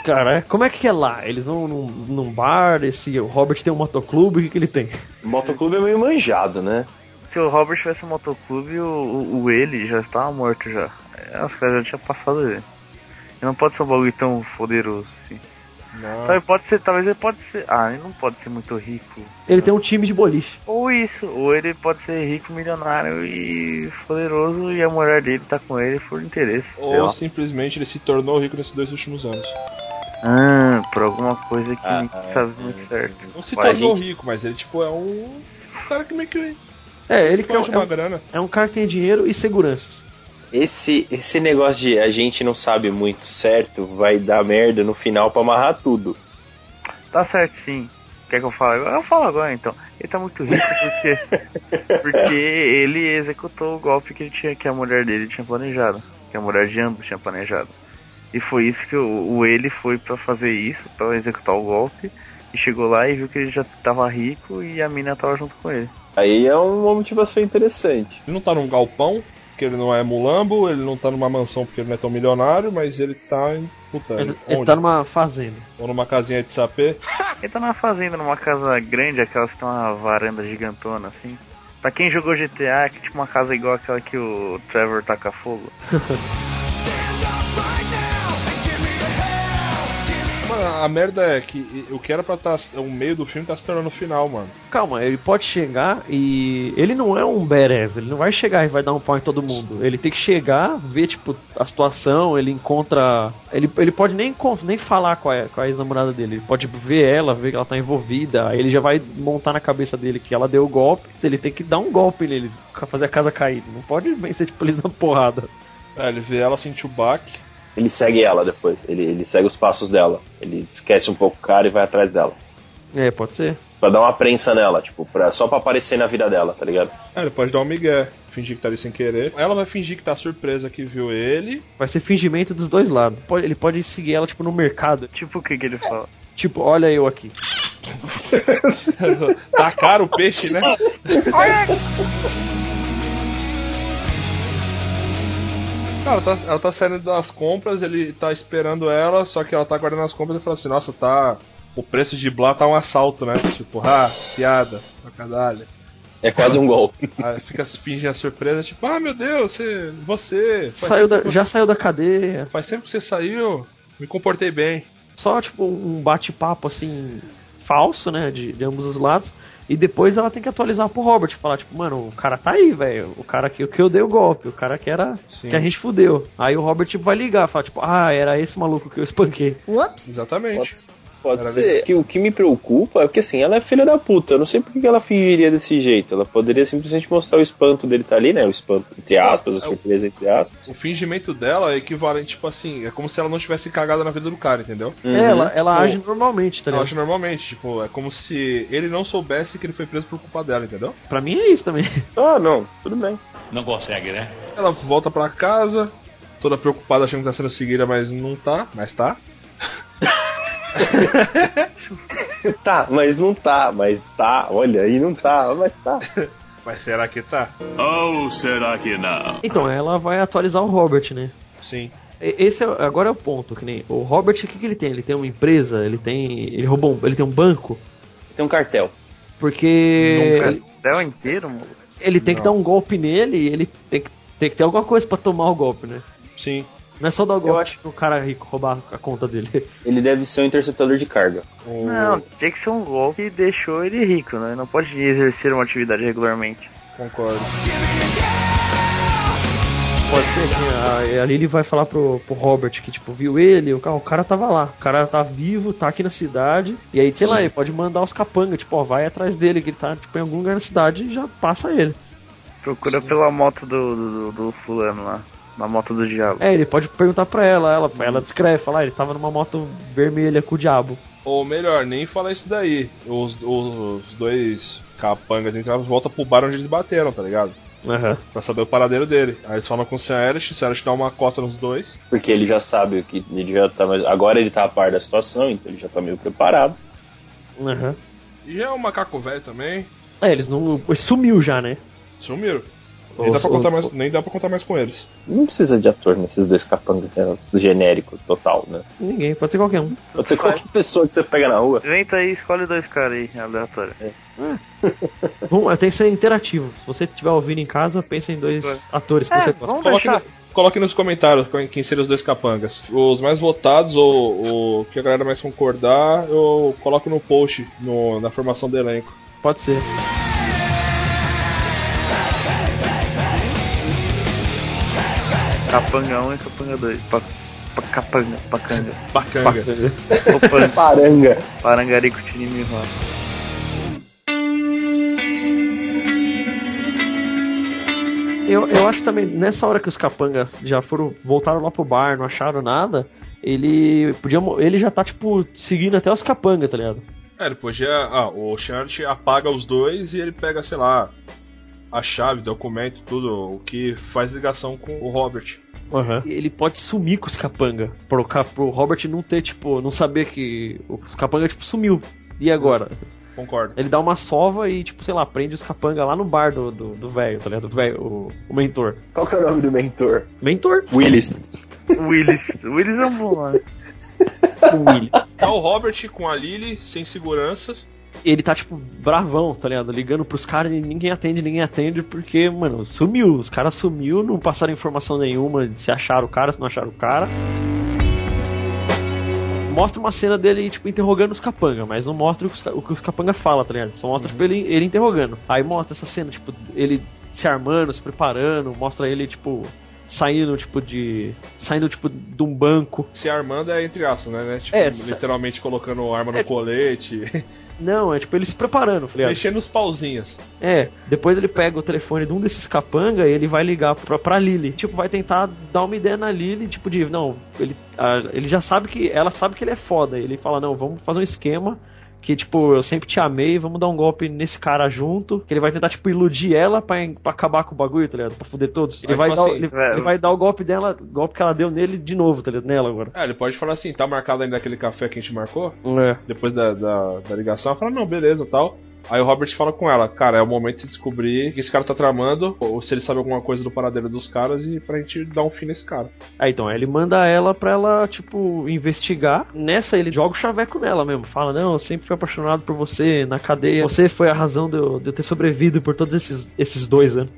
[SPEAKER 3] Cara, é- como é que é lá? Eles vão num, num bar, esse o Robert tem um motoclube, o que, que ele tem?
[SPEAKER 2] Motoclube é meio manjado, né?
[SPEAKER 4] Se o Robert tivesse um motoclube, o, o, o ele já estava morto já. É, Os caras já tinham passado dele. Ele não pode ser um bagulho tão foderoso assim. Talvez pode ser, talvez ele pode ser. Ah, ele não pode ser muito rico.
[SPEAKER 3] Ele tem um time de boliche.
[SPEAKER 4] Ou isso, ou ele pode ser rico, milionário e poderoso e a mulher dele tá com ele por interesse. sei
[SPEAKER 1] Ou
[SPEAKER 4] lá.
[SPEAKER 1] simplesmente ele se tornou rico nesses dois últimos anos.
[SPEAKER 4] Ah, por alguma coisa que
[SPEAKER 2] Ah,
[SPEAKER 4] ninguém sabe muito certo.
[SPEAKER 1] Não se
[SPEAKER 2] Mas,
[SPEAKER 1] tornou
[SPEAKER 2] gente-
[SPEAKER 1] rico, mas ele tipo é um cara que meio que
[SPEAKER 3] É, ele que é,
[SPEAKER 1] faz
[SPEAKER 3] um-
[SPEAKER 1] uma
[SPEAKER 3] é, um-
[SPEAKER 1] grana.
[SPEAKER 3] é um cara que tem dinheiro e seguranças.
[SPEAKER 2] Esse, esse negócio de a gente não sabe muito certo vai dar merda no final pra amarrar tudo.
[SPEAKER 4] Tá certo sim. Quer que eu fale agora? Eu falo agora então. Ele tá muito rico porque, porque ele executou o golpe que ele tinha, que a mulher dele tinha planejado. Que a mulher de ambos tinha planejado. E foi isso que o, o ele foi pra fazer isso, pra executar o golpe. E chegou lá e viu que ele já tava rico e a mina tava junto com ele.
[SPEAKER 2] Aí é uma motivação interessante.
[SPEAKER 1] Ele não tá num galpão, porque ele não é mulambo, ele não tá numa mansão porque ele não é tão milionário, mas ele tá em. Puta,
[SPEAKER 3] Ele,
[SPEAKER 1] onde?
[SPEAKER 3] ele tá numa fazenda.
[SPEAKER 1] Ou numa casinha de sapê.
[SPEAKER 4] Ele tá numa fazenda, numa casa grande, aquelas que tem uma varanda gigantona assim. Pra quem jogou GTA, é tipo uma casa igual aquela que o Trevor taca fogo.
[SPEAKER 1] Mano, a merda é que o que era pra estar o meio do filme tá se tornando o final, mano.
[SPEAKER 3] Calma, ele pode chegar e. Ele não é um badass, ele não vai chegar e vai dar um pau em todo mundo. Ele tem que chegar, ver, tipo, a situação, ele encontra. Ele, ele pode nem, encon- nem falar com a, com a ex-namorada dele. Ele pode ver ela, ver que ela tá envolvida. Aí ele já vai montar na cabeça dele que ela deu o golpe. Ele tem que dar um golpe nele, fazer a casa cair. Não pode vencer, tipo, eles na porrada.
[SPEAKER 1] É, ele vê ela sentir o baque.
[SPEAKER 2] Ele segue ela depois, ele, ele segue os passos dela. Ele esquece um pouco o cara e vai atrás dela.
[SPEAKER 3] É, pode ser.
[SPEAKER 2] Pra dar uma prensa nela, tipo, pra, só pra aparecer na vida dela, tá ligado?
[SPEAKER 1] É, ele pode dar um migué, fingir que tá ali sem querer. Ela vai fingir que tá surpresa que viu ele. [LAUGHS]
[SPEAKER 3] Vai ser fingimento dos dois lados. Pode- ele pode seguir ela, tipo, no mercado.
[SPEAKER 4] Tipo o que que ele fala?
[SPEAKER 3] Tipo, olha eu aqui.
[SPEAKER 1] tá caro o peixe, né? Cara, ela tá, ela tá saindo das compras, ele tá esperando ela, só que ela tá guardando as compras e fala assim, nossa, tá. O preço de blá tá um assalto, né? Tipo, ah, piada, bacadalha.
[SPEAKER 2] É quase um [LAUGHS] golpe.
[SPEAKER 1] Aí fica fingindo a surpresa, tipo, ah meu Deus, você. você faz
[SPEAKER 3] Saiu
[SPEAKER 1] tempo
[SPEAKER 3] da-
[SPEAKER 1] que
[SPEAKER 3] já saiu da cadeia.
[SPEAKER 1] você- Faz tempo que você saiu, me comportei bem.
[SPEAKER 3] só tipo um bate-papo assim falso, né, de, de ambos os lados. E depois ela tem que atualizar pro Robert, falar tipo, mano, o cara tá aí, velho, o cara que, que eu dei o golpe, o cara que era
[SPEAKER 1] Sim.
[SPEAKER 3] que a gente fudeu. Aí o Robert tipo, vai ligar, fala tipo, ah, era esse maluco que eu espanquei.
[SPEAKER 1] Exatamente.
[SPEAKER 2] Pode, pode
[SPEAKER 1] Maravilha.
[SPEAKER 2] ser. Que, o que me preocupa é que assim, ela é filha da puta. Eu não sei por que ela fingiria desse jeito. Ela poderia simplesmente mostrar o espanto dele tá ali, né? É O espanto, entre aspas, a surpresa, entre aspas.
[SPEAKER 1] O fingimento dela é equivalente, tipo assim, é como se ela não tivesse cagado na vida do cara, entendeu?
[SPEAKER 2] Uhum.
[SPEAKER 3] É, ela, ela
[SPEAKER 1] Pô.
[SPEAKER 3] age normalmente, tá
[SPEAKER 1] Ela
[SPEAKER 3] ligado?
[SPEAKER 1] acha normalmente, tipo, é como se ele não soubesse que ele foi preso por culpa dela, entendeu?
[SPEAKER 3] Pra mim é isso também. [LAUGHS]
[SPEAKER 2] Ah, não, tudo bem.
[SPEAKER 1] Ela volta pra casa, toda preocupada, achando que tá sendo seguida, mas não tá, mas tá.
[SPEAKER 2] [LAUGHS] Tá, mas não tá, mas tá. Olha aí, não tá, mas tá.
[SPEAKER 1] Mas será que tá?
[SPEAKER 3] Então, ela vai atualizar o Robert, né?
[SPEAKER 1] Sim.
[SPEAKER 3] E- Esse é, agora é o ponto, que nem o Robert, o que, que ele tem? Ele tem uma empresa, ele tem, ele roubou, um- ele tem um banco,
[SPEAKER 2] Tem um cartel.
[SPEAKER 3] porque
[SPEAKER 4] Nunca. O céu inteiro, mano.
[SPEAKER 3] Ele tem que dar um golpe nele e ele tem que, tem que ter alguma coisa pra tomar o golpe, né?
[SPEAKER 1] Sim.
[SPEAKER 3] Não é só dar o golpe pro cara rico roubar a conta [LAUGHS] dele.
[SPEAKER 2] Ele deve ser um interceptador de carga.
[SPEAKER 1] O-
[SPEAKER 4] Não, tinha que ser um golpe que deixou ele rico, né? Não pode exercer uma atividade regularmente.
[SPEAKER 1] Concordo.
[SPEAKER 3] Pode ser que a- ali ele vai falar pro, pro Robert que, tipo, viu ele, o, ca- o cara tava lá, o cara tá vivo, tá aqui na cidade, e aí, sei lá, ele pode mandar os capangas, tipo, ó, vai atrás dele, que ele tá tipo, em algum lugar na cidade e já passa ele.
[SPEAKER 4] Procura pela moto do, do, do fulano lá. Na moto do diabo.
[SPEAKER 3] É, ele pode perguntar pra ela, ela, ela descreve, falar, ah, ele tava numa moto vermelha com o diabo.
[SPEAKER 1] Ou melhor, nem falar isso daí. Os, os, os dois capangas entre elas voltam pro bar onde eles bateram, tá ligado?
[SPEAKER 3] Aham.
[SPEAKER 1] Pra saber o paradeiro dele. Aí eles falam com o Sam Elliott, o Sam Elliott dá uma costa nos dois.
[SPEAKER 2] Porque ele já sabe o que. Ele já tá mais, agora ele tá a par da situação, então ele já tá meio preparado.
[SPEAKER 3] Aham.
[SPEAKER 1] E já é um macaco velho também.
[SPEAKER 3] É, eles não. ele Sumiu já, né?
[SPEAKER 1] Sumiram. Nem dá,
[SPEAKER 3] Os-
[SPEAKER 1] pra contar
[SPEAKER 3] os-
[SPEAKER 1] mais, nem dá pra contar mais com eles.
[SPEAKER 2] Não precisa de ator nesses dois capangas né? genérico, total, né?
[SPEAKER 3] Ninguém, pode ser qualquer um.
[SPEAKER 2] Pode ser qualquer pessoa que você pega na rua.
[SPEAKER 4] Inventa aí, escolhe dois caras aí, aleatório. É
[SPEAKER 3] Vamos, tem que ser interativo. Se você estiver ouvindo em casa, pensa em dois atores que
[SPEAKER 4] É,
[SPEAKER 3] você gosta.
[SPEAKER 4] vamos
[SPEAKER 1] Coloque,
[SPEAKER 4] deixar.
[SPEAKER 1] no- coloque nos comentários quem- quem seriam os dois capangas. Os mais votados ou o que a galera mais concordar, eu coloco no post, no- na formação do elenco.
[SPEAKER 3] Pode ser.
[SPEAKER 4] Capanga 1 e capanga 2. Pa, pa, capanga, pacanga.
[SPEAKER 1] Bacanga.
[SPEAKER 3] [LAUGHS]
[SPEAKER 4] Opa,
[SPEAKER 2] Paranga.
[SPEAKER 4] Parangarico Tinimi Rock.
[SPEAKER 3] Eu, eu acho também, nessa hora que os capangas já foram, voltaram lá pro bar, não acharam nada, ele podia, mo- ele já tá, tipo, seguindo até os capangas, tá ligado?
[SPEAKER 1] É, depois já. Ah, o Shart apaga os dois e ele pega, sei lá, a chave, documento, tudo, o que faz ligação com o Robert.
[SPEAKER 3] E Ele pode sumir com os capanga, pro, ca- pro Robert não ter, tipo, não saber que os capanga, tipo, sumiu. E agora?
[SPEAKER 1] Concordo.
[SPEAKER 3] Ele dá uma sova e, tipo, sei lá, prende os capanga lá no bar do do do velho, tá ligado? Do velho, o, o mentor.
[SPEAKER 2] Qual que é o nome do mentor?
[SPEAKER 3] Mentor?
[SPEAKER 2] Willis.
[SPEAKER 4] Willis. Willis é um bom nome.
[SPEAKER 3] O Willy.
[SPEAKER 1] Tá o Robert com a Lily, sem segurança.
[SPEAKER 3] ele tá, tipo, bravão, tá ligado? Ligando pros caras e ninguém atende, ninguém atende, porque, mano, sumiu. Os caras sumiu, não passaram informação nenhuma de se acharam o cara, se não acharam o cara. Mostra uma cena dele, tipo, interrogando os capanga, mas não mostra o que os, ca- o que os capanga fala, tá ligado? Só mostra, tipo, ele, ele interrogando. Aí mostra essa cena, tipo, ele se armando, se preparando, mostra ele, tipo, saindo, tipo, de. saindo, tipo, de um banco.
[SPEAKER 1] Se armando é entre aspas, né? né? Tipo,
[SPEAKER 3] É, sa-
[SPEAKER 1] literalmente colocando arma no colete, [LAUGHS]
[SPEAKER 3] Não, é tipo ele se preparando, tá ligado?
[SPEAKER 1] mexendo os pauzinhos.
[SPEAKER 3] É, depois ele pega o telefone de um desses capanga e ele vai ligar pra, pra Lily. Tipo, vai tentar dar uma ideia na Lily, tipo, de. Não, ele, a- ele já sabe que. Ela sabe que ele é foda. Ele fala, não, vamos fazer um esquema. Que, tipo, eu sempre te amei, vamos dar um golpe nesse cara junto. Que ele vai tentar, tipo, iludir ela pra, en- pra acabar com o bagulho, tá ligado? Pra fuder todos. Ele
[SPEAKER 1] Aí,
[SPEAKER 3] vai,
[SPEAKER 1] tipo
[SPEAKER 3] dar, o-
[SPEAKER 1] assim,
[SPEAKER 3] ele,
[SPEAKER 4] velho.
[SPEAKER 3] ele vai dar o golpe dela, golpe que ela deu nele de novo, tá ligado? Nela agora.
[SPEAKER 1] É, ele pode falar assim, tá marcado ainda aquele café que a gente marcou?
[SPEAKER 3] É.
[SPEAKER 1] Depois da, da, da ligação, ela fala, não, beleza tal. Aí o Robert fala com ela, cara, é o momento de descobrir o que esse cara tá tramando, ou se ele sabe alguma coisa do paradeiro dos caras, e pra gente dar um fim nesse cara.
[SPEAKER 3] Aí então, aí ele manda ela pra ela, tipo, investigar. Nessa, ele joga o chaveco nela mesmo. Fala, não, eu sempre fui apaixonado por você na cadeia. Você foi a razão de eu, de eu ter sobrevivido por todos esses, esses dois anos.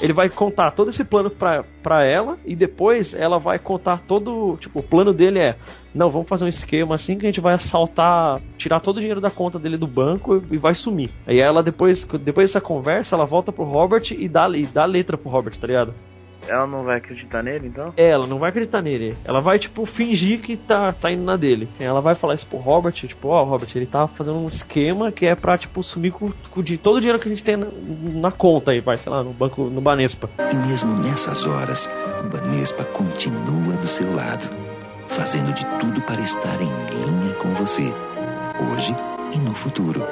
[SPEAKER 3] Ele vai contar todo esse plano pra, pra ela e depois ela vai contar todo. Tipo, o plano dele é: não, vamos fazer um esquema assim que a gente vai assaltar, tirar todo o dinheiro da conta dele do banco e vai sumir. Aí ela depois, depois dessa conversa, ela volta pro Robert e dá, e dá letra pro Robert, tá ligado?
[SPEAKER 4] Ela não vai acreditar nele, então?
[SPEAKER 3] É, ela não vai acreditar nele. Ela vai, tipo, fingir que tá, tá indo na dele. Ela vai falar isso pro Robert, tipo, ó, Robert, ele tá fazendo um esquema que é pra, tipo, sumir com, com de todo o dinheiro que a gente tem na, na conta aí, vai, sei lá, no banco, no Banespa.
[SPEAKER 11] E mesmo nessas horas, o Banespa continua do seu lado, fazendo de tudo para estar em linha com você, hoje e no futuro.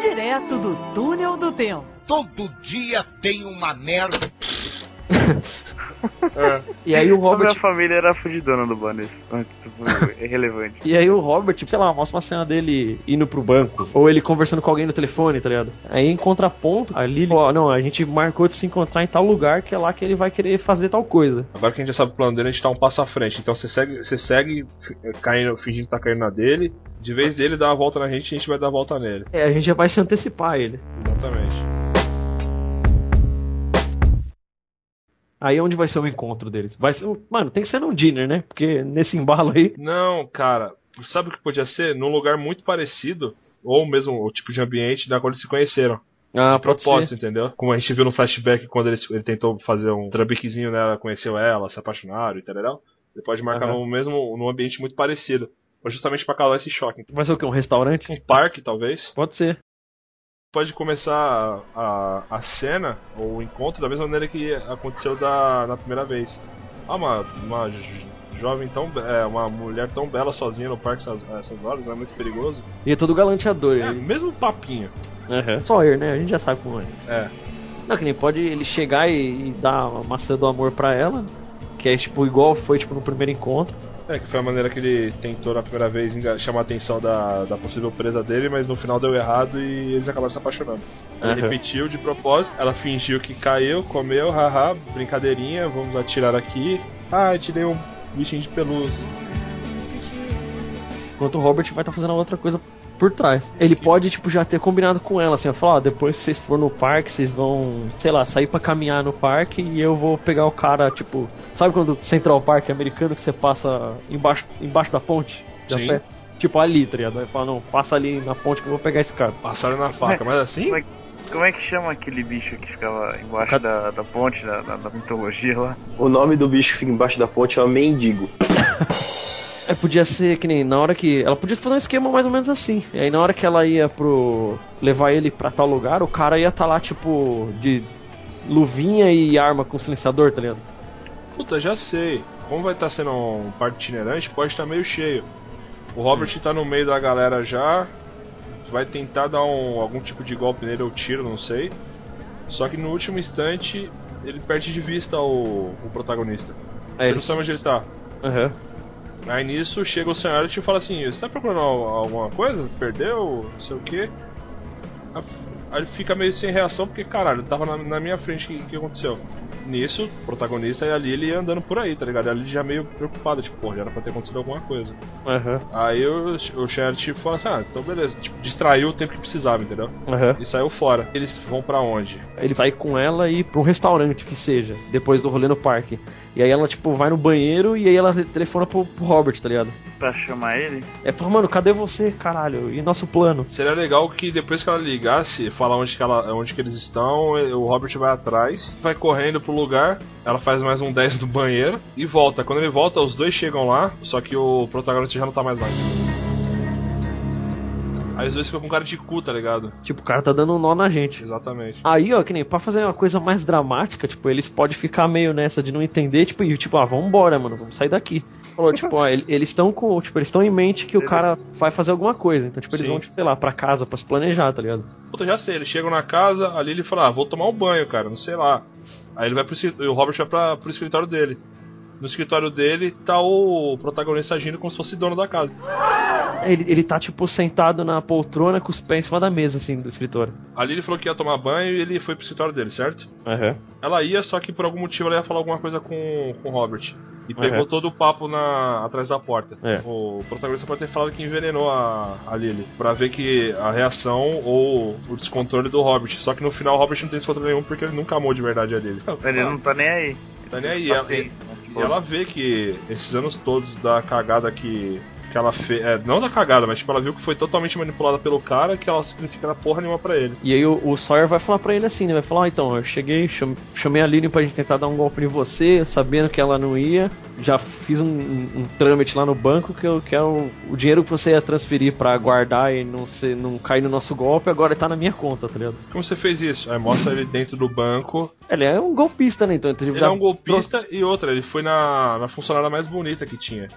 [SPEAKER 12] Direto do túnel do tempo. Todo dia tem uma merda.
[SPEAKER 3] É, E aí o Robert-
[SPEAKER 4] Minha família era fudidona do Banes. É relevante.
[SPEAKER 3] E aí o Robert, sei lá, mostra uma cena dele indo pro banco, ou ele conversando com alguém no telefone, tá ligado? Aí em contraponto, a Lily, ó, não, a gente marcou de se encontrar em tal lugar que é lá que ele vai querer fazer tal coisa.
[SPEAKER 1] Agora que a gente já sabe o plano dele, a gente tá um passo à frente. Então você segue, você segue fi- caindo, fingindo que tá caindo na dele. De vez dele dá uma volta na gente, a gente vai dar a volta nele.
[SPEAKER 3] É, a gente já vai se antecipar a ele.
[SPEAKER 1] Exatamente.
[SPEAKER 3] Aí é onde vai ser o encontro deles? Vai ser, um- mano, tem que ser num dinner, né? Porque nesse embalo aí,
[SPEAKER 1] Não, cara, sabe o que podia ser? Num lugar muito parecido, ou mesmo o tipo de ambiente da qual eles se conheceram. Ah, de propósito, entendeu? Como a gente viu no flashback quando ele, ele tentou fazer um trambiquezinho nela, conheceu ela, se apaixonaram e tal. Ele pode marcar
[SPEAKER 3] Aham.
[SPEAKER 1] num mesmo num ambiente muito parecido. Mas justamente pra causar esse choque.
[SPEAKER 3] Vai ser o quê? Um restaurante?
[SPEAKER 1] Um parque, talvez.
[SPEAKER 3] Pode ser.
[SPEAKER 1] Pode começar a, a, a cena ou o encontro da mesma maneira que aconteceu da, na primeira vez. Ah, uma, uma jo- jovem tão. be- É, uma mulher tão bela sozinha no parque essas, essas horas, é muito perigoso.
[SPEAKER 3] E é todo galanteador.
[SPEAKER 1] É,
[SPEAKER 3] ele-
[SPEAKER 1] mesmo papinho.
[SPEAKER 3] Só ele, né? A gente já sabe como é.
[SPEAKER 1] É.
[SPEAKER 3] Não, que nem pode ele chegar e, e dar a maçã do amor pra ela, que é tipo igual foi tipo no primeiro encontro.
[SPEAKER 1] É, que foi a maneira que ele tentou na primeira vez enga- chamar a atenção da, da possível presa dele, mas no final deu errado e eles acabaram se apaixonando. Ele
[SPEAKER 3] Aham.
[SPEAKER 1] repetiu de propósito, ela fingiu que caiu, comeu, haha, brincadeirinha, vamos atirar aqui. Ah, eu te dei um bichinho de pelúcia.
[SPEAKER 3] Enquanto o Robert vai estar fazendo outra coisa por trás. Ele pode, tipo, já ter combinado com ela, assim, ó, falar, ó, depois que vocês forem no parque, vocês vão, sei lá, sair pra caminhar no parque e eu vou pegar o cara, tipo, sabe quando Central Park é americano que você passa embaixo, embaixo da ponte? de a
[SPEAKER 1] Sim.
[SPEAKER 3] pé? Tipo ali, tá ligado? Aí fala, não, passa ali na ponte que eu vou pegar esse cara.
[SPEAKER 1] Passaram na faca, mas assim?
[SPEAKER 4] Como é, que- como é que chama aquele bicho que ficava embaixo da, da ponte, da, da, da mitologia lá?
[SPEAKER 2] O nome do bicho que fica embaixo da ponte é o mendigo.
[SPEAKER 3] É, podia ser que nem na hora que. Ela podia fazer um esquema mais ou menos assim. E aí na hora que ela ia pro. levar ele pra tal lugar, o cara ia tá lá, tipo, de luvinha e arma com silenciador, tá ligado?
[SPEAKER 1] Puta, já sei. Como vai estar sendo um parque itinerante, pode estar meio cheio. O Robert tá no meio da galera já. Vai tentar dar um, algum tipo de golpe nele ou tiro, não sei. Só que no último instante ele perde de vista o, o protagonista.
[SPEAKER 3] É,
[SPEAKER 1] ele
[SPEAKER 3] ele-
[SPEAKER 1] não sabe onde ele tá.
[SPEAKER 3] Aham.
[SPEAKER 1] Aí nisso chega o cenário e te fala assim: Você tá procurando al- alguma coisa? Perdeu? Não sei o que. Aí ele fica meio sem reação porque, caralho, tava na, na minha frente, o que, que aconteceu? Nisso, o protagonista e ali ele andando por aí, tá ligado? Ali já meio preocupado, tipo, pô, já era pra ter acontecido alguma coisa.
[SPEAKER 3] Aham.
[SPEAKER 1] Aí o, o Sheriff tipo, fala assim: Ah, então beleza, tipo, distraiu o tempo que precisava, entendeu?
[SPEAKER 3] Aham.
[SPEAKER 1] E saiu fora. Eles vão pra onde?
[SPEAKER 3] Ele sai com ela e ir pra um restaurante que seja, depois do rolê no parque. E aí ela, tipo, vai no banheiro e aí ela telefona pro, pro Robert, tá ligado?
[SPEAKER 4] Pra chamar ele?
[SPEAKER 3] É, fala, mano, cadê você, caralho? E nosso plano?
[SPEAKER 1] Seria legal que depois que ela ligasse, falar onde que, ela, onde que eles estão, eh, o Robert vai atrás, vai correndo pro lugar, ela faz mais um [LAUGHS] 10 do banheiro e volta. Quando ele volta, os dois chegam lá, só que o protagonista já não tá mais lá. Aí os dois ficam com cara de cu, tá ligado?
[SPEAKER 3] Tipo, o cara tá dando um nó na gente.
[SPEAKER 1] Exatamente.
[SPEAKER 3] Aí, ó, que nem pra fazer uma coisa mais dramática, tipo, eles podem ficar meio nessa de não entender, tipo, e tipo, ah, vambora, mano, vamos sair daqui. Falou, tipo, ó, ele- eles estão com. Tipo, eles estão em mente que o cara vai fazer alguma coisa. Então, tipo, eles
[SPEAKER 1] Sim.
[SPEAKER 3] vão, tipo, sei lá, pra casa pra se planejar, tá ligado?
[SPEAKER 1] Puta, já sei, eles chegam na casa, ali ele fala, ah, vou tomar um banho, cara, não sei lá. Aí ele vai pro escri- o Robert vai pra, pro escritório dele. No escritório dele tá o protagonista agindo como se fosse dono da casa.
[SPEAKER 3] Ele, ele tá, tipo, sentado na poltrona com os pés em cima da mesa, assim, do escritório.
[SPEAKER 1] Ali ele falou que ia tomar banho e ele foi pro escritório dele, certo?
[SPEAKER 3] Aham.
[SPEAKER 1] Ela ia, só que por algum motivo ela ia falar alguma coisa com, com o Robert. E pegou
[SPEAKER 3] Uhum.
[SPEAKER 1] todo o papo na, atrás da porta.
[SPEAKER 3] É.
[SPEAKER 1] O protagonista pode ter falado que envenenou a, a Lily. Pra ver que a reação ou o descontrole do Robert. Só que no final o Robert não tem descontrole nenhum porque ele nunca amou de verdade a Lily.
[SPEAKER 4] Ele não tá nem aí.
[SPEAKER 1] Tá nem aí.
[SPEAKER 4] Tá
[SPEAKER 1] Ela-
[SPEAKER 4] feliz, né?
[SPEAKER 1] e ela vê que esses anos todos da cagada que, que ela fez. É, não da cagada, mas tipo, ela viu que foi totalmente manipulada pelo cara que ela simplesmente não era porra nenhuma pra ele.
[SPEAKER 3] E aí o, o Sawyer vai falar pra ele assim, né? Vai falar, ah, então, eu cheguei, cham- chamei a Lily pra gente tentar dar um golpe em você, sabendo que ela não ia. Já fiz um, um- um trâmite lá no banco que eu quero. O dinheiro que você ia transferir pra guardar e não, ser, não cair no nosso golpe, agora tá na minha conta, tá ligado?
[SPEAKER 1] Como você fez isso? Aí mostra ele dentro do banco.
[SPEAKER 3] Ele é um golpista, né? Então,
[SPEAKER 1] Ele é um golpista e outra, ele foi na, na funcionária mais bonita que tinha.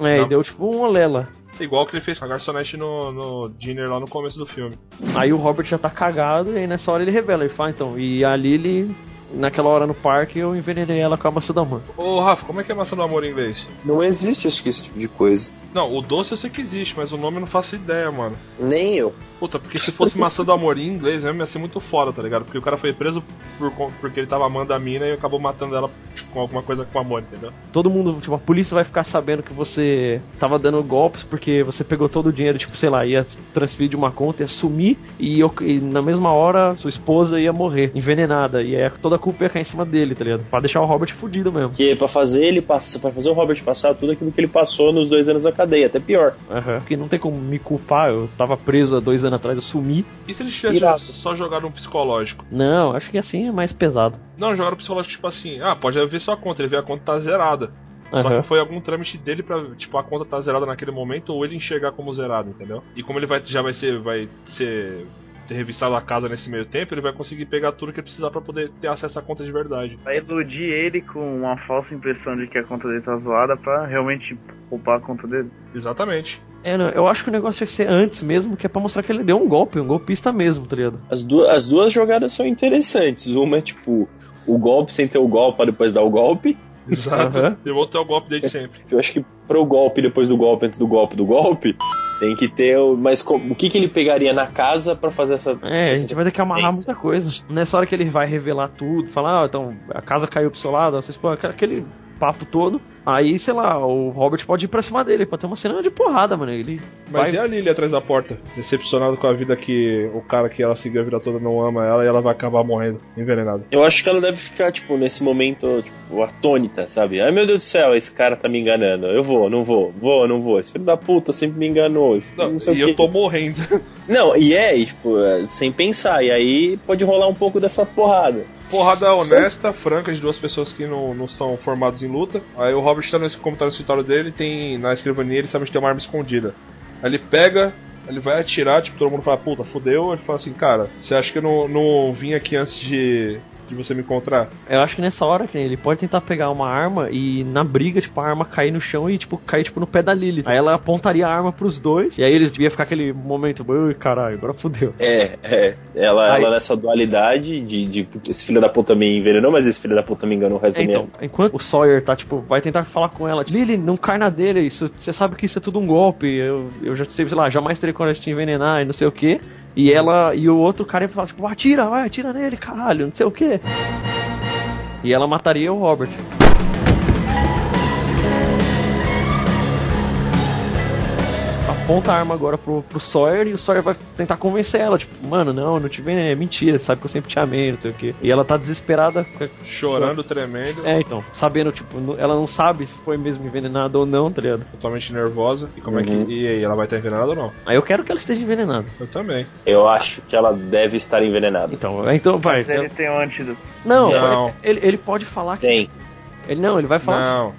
[SPEAKER 3] É, e deu tipo um olela.
[SPEAKER 1] Igual que ele fez com a garçonete no, no dinner lá no começo do filme.
[SPEAKER 3] Aí o Robert já tá cagado, e aí nessa hora ele revela, ele fala, então, e a Lily, naquela hora no parque, eu envenenei ela com a maçã da mão.
[SPEAKER 1] Ô Rafa, como é que é maçã do amor em inglês?
[SPEAKER 2] Não existe, acho que, esse tipo de coisa.
[SPEAKER 1] Não, o doce eu sei que existe, mas o nome eu não faço ideia, mano.
[SPEAKER 2] Nem eu.
[SPEAKER 1] Puta, porque se fosse maçã do amor em inglês mesmo ia ser muito foda, tá ligado? Porque o cara foi preso por, con- porque ele tava amando a mina e acabou matando ela com alguma coisa com amor, entendeu?
[SPEAKER 3] todo mundo, tipo, a polícia vai ficar sabendo que você tava dando golpes porque você pegou todo o dinheiro, tipo, sei lá, ia transferir de uma conta, ia sumir e, eu- e na mesma hora sua esposa ia morrer, envenenada. E aí toda toda a culpa ia cair em cima dele, tá ligado? Pra deixar o Robert fudido mesmo.
[SPEAKER 2] Que é pra fazer ele passar, para fazer o Robert passar tudo aquilo que ele passou nos dois anos da cadeia, até pior.
[SPEAKER 3] Aham. Porque não tem como me culpar, eu tava preso há dois anos atrás, eu sumi.
[SPEAKER 1] E se eles tivessem
[SPEAKER 3] Irado.
[SPEAKER 1] só jogado um psicológico?
[SPEAKER 3] Não, acho que assim é mais pesado.
[SPEAKER 1] Não, jogaram um psicológico tipo assim, ah, pode ver sua conta, ele vê a conta tá zerada. Só
[SPEAKER 3] Aham.
[SPEAKER 1] que foi algum trâmite dele pra, tipo, a conta tá zerada naquele momento ou ele enxergar como zerado, entendeu? E como ele vai, já vai ser, vai ser, ter revistado a casa nesse meio tempo, ele vai conseguir pegar tudo que ele precisar pra poder ter acesso à conta de verdade.
[SPEAKER 4] Vai iludir ele com uma falsa impressão de que a conta dele tá zoada pra realmente roubar a conta dele.
[SPEAKER 2] [LAUGHS]
[SPEAKER 1] Exatamente.
[SPEAKER 3] É, não, eu acho que o negócio tinha que ser antes mesmo, que é pra mostrar que ele deu um golpe, um golpista mesmo, tá ligado?
[SPEAKER 2] As duas, as duas jogadas são interessantes. Uma é tipo o golpe sem ter o golpe pra depois dar o golpe.
[SPEAKER 1] Exato.
[SPEAKER 2] Aham.
[SPEAKER 1] E voltar o golpe desde sempre.
[SPEAKER 2] Eu acho que pro golpe depois do golpe, antes do golpe do golpe, tem que ter. o- Mas co- o que, que ele pegaria na casa pra fazer essa.
[SPEAKER 3] É, a gente vai ter que amarrar muita coisa. Nessa hora que ele vai revelar tudo, falar, ah, então a casa caiu pro seu lado, vocês pô, aquele papo todo. Aí, sei lá, o Robert pode ir pra cima dele, pode ter uma cena de porrada, mano. Ele
[SPEAKER 1] Mas
[SPEAKER 3] vai...
[SPEAKER 1] e a Lily atrás da porta? Decepcionado com a vida que o cara que ela seguiu a vida toda não ama ela e ela vai acabar morrendo, envenenada.
[SPEAKER 2] Eu acho que ela deve ficar, tipo, nesse momento, tipo, atônita, sabe? Ai meu Deus do céu, esse cara tá me enganando. Eu vou, não vou, vou, não vou. Esse filho da puta sempre me enganou. Esse não, sei
[SPEAKER 1] e
[SPEAKER 2] o quê.
[SPEAKER 1] eu tô morrendo.
[SPEAKER 2] Não, e é, e, tipo, é, sem pensar. E aí pode rolar um pouco dessa porrada.
[SPEAKER 1] Porrada honesta, franca, de duas pessoas que não, não são formadas em luta. Aí o Robert tá no, como tá no escritório dele, tem na escrivaninha ele sabe que tem uma arma escondida. Aí ele pega, ele vai atirar, tipo, todo mundo fala, puta, fodeu. Ele fala assim, cara, você acha que eu não, não vim aqui antes de, de você me encontrar?
[SPEAKER 3] Eu acho que nessa hora, que nem ele pode tentar pegar uma arma e na briga, tipo, a arma cair no chão e, tipo, cair, tipo, no pé da Lily. Aí ela apontaria a arma pros dois, e aí eles devia ficar aquele momento, ui, caralho, agora fudeu.
[SPEAKER 2] É, é. Ela,
[SPEAKER 3] Aí-
[SPEAKER 2] ela nessa dualidade de, de porque esse filho da puta me envenenou, mas esse filho da puta me enganou o resto
[SPEAKER 3] É,
[SPEAKER 2] da minha
[SPEAKER 3] então, enquanto o Sawyer tá, tipo, vai tentar falar com ela, tipo, Lily, não cai na dele, isso, você sabe que isso é tudo um golpe, eu, eu já sei, sei lá, jamais terei coragem de te envenenar e não sei o que. E ela, e o outro cara ia falar, tipo, atira, vai, atira nele, caralho, não sei o que. E ela mataria o Robert. Aponta a arma agora pro, pro Sawyer e o Sawyer vai tentar convencer ela, tipo, mano, não, não te envenenei, é mentira, sabe que eu sempre te amei, não sei o que. E ela tá desesperada.
[SPEAKER 1] [LAUGHS] Chorando, tremendo.
[SPEAKER 3] É, então, sabendo, tipo, nu- ela não sabe se foi mesmo envenenada ou não, tá ligado?
[SPEAKER 1] Totalmente nervosa. E como é
[SPEAKER 2] Uhum.
[SPEAKER 1] que. E aí, ela vai estar envenenada ou não?
[SPEAKER 3] Aí eu quero que ela esteja envenenada.
[SPEAKER 1] Eu também.
[SPEAKER 2] Eu acho que ela deve estar envenenada.
[SPEAKER 3] Então, então vai.
[SPEAKER 4] Mas ele tem um antídoto.
[SPEAKER 3] Não,
[SPEAKER 2] Não.
[SPEAKER 3] Ele, ele pode falar que.
[SPEAKER 2] Tem.
[SPEAKER 3] Ele, não, ele vai falar
[SPEAKER 1] Não.
[SPEAKER 3] assim.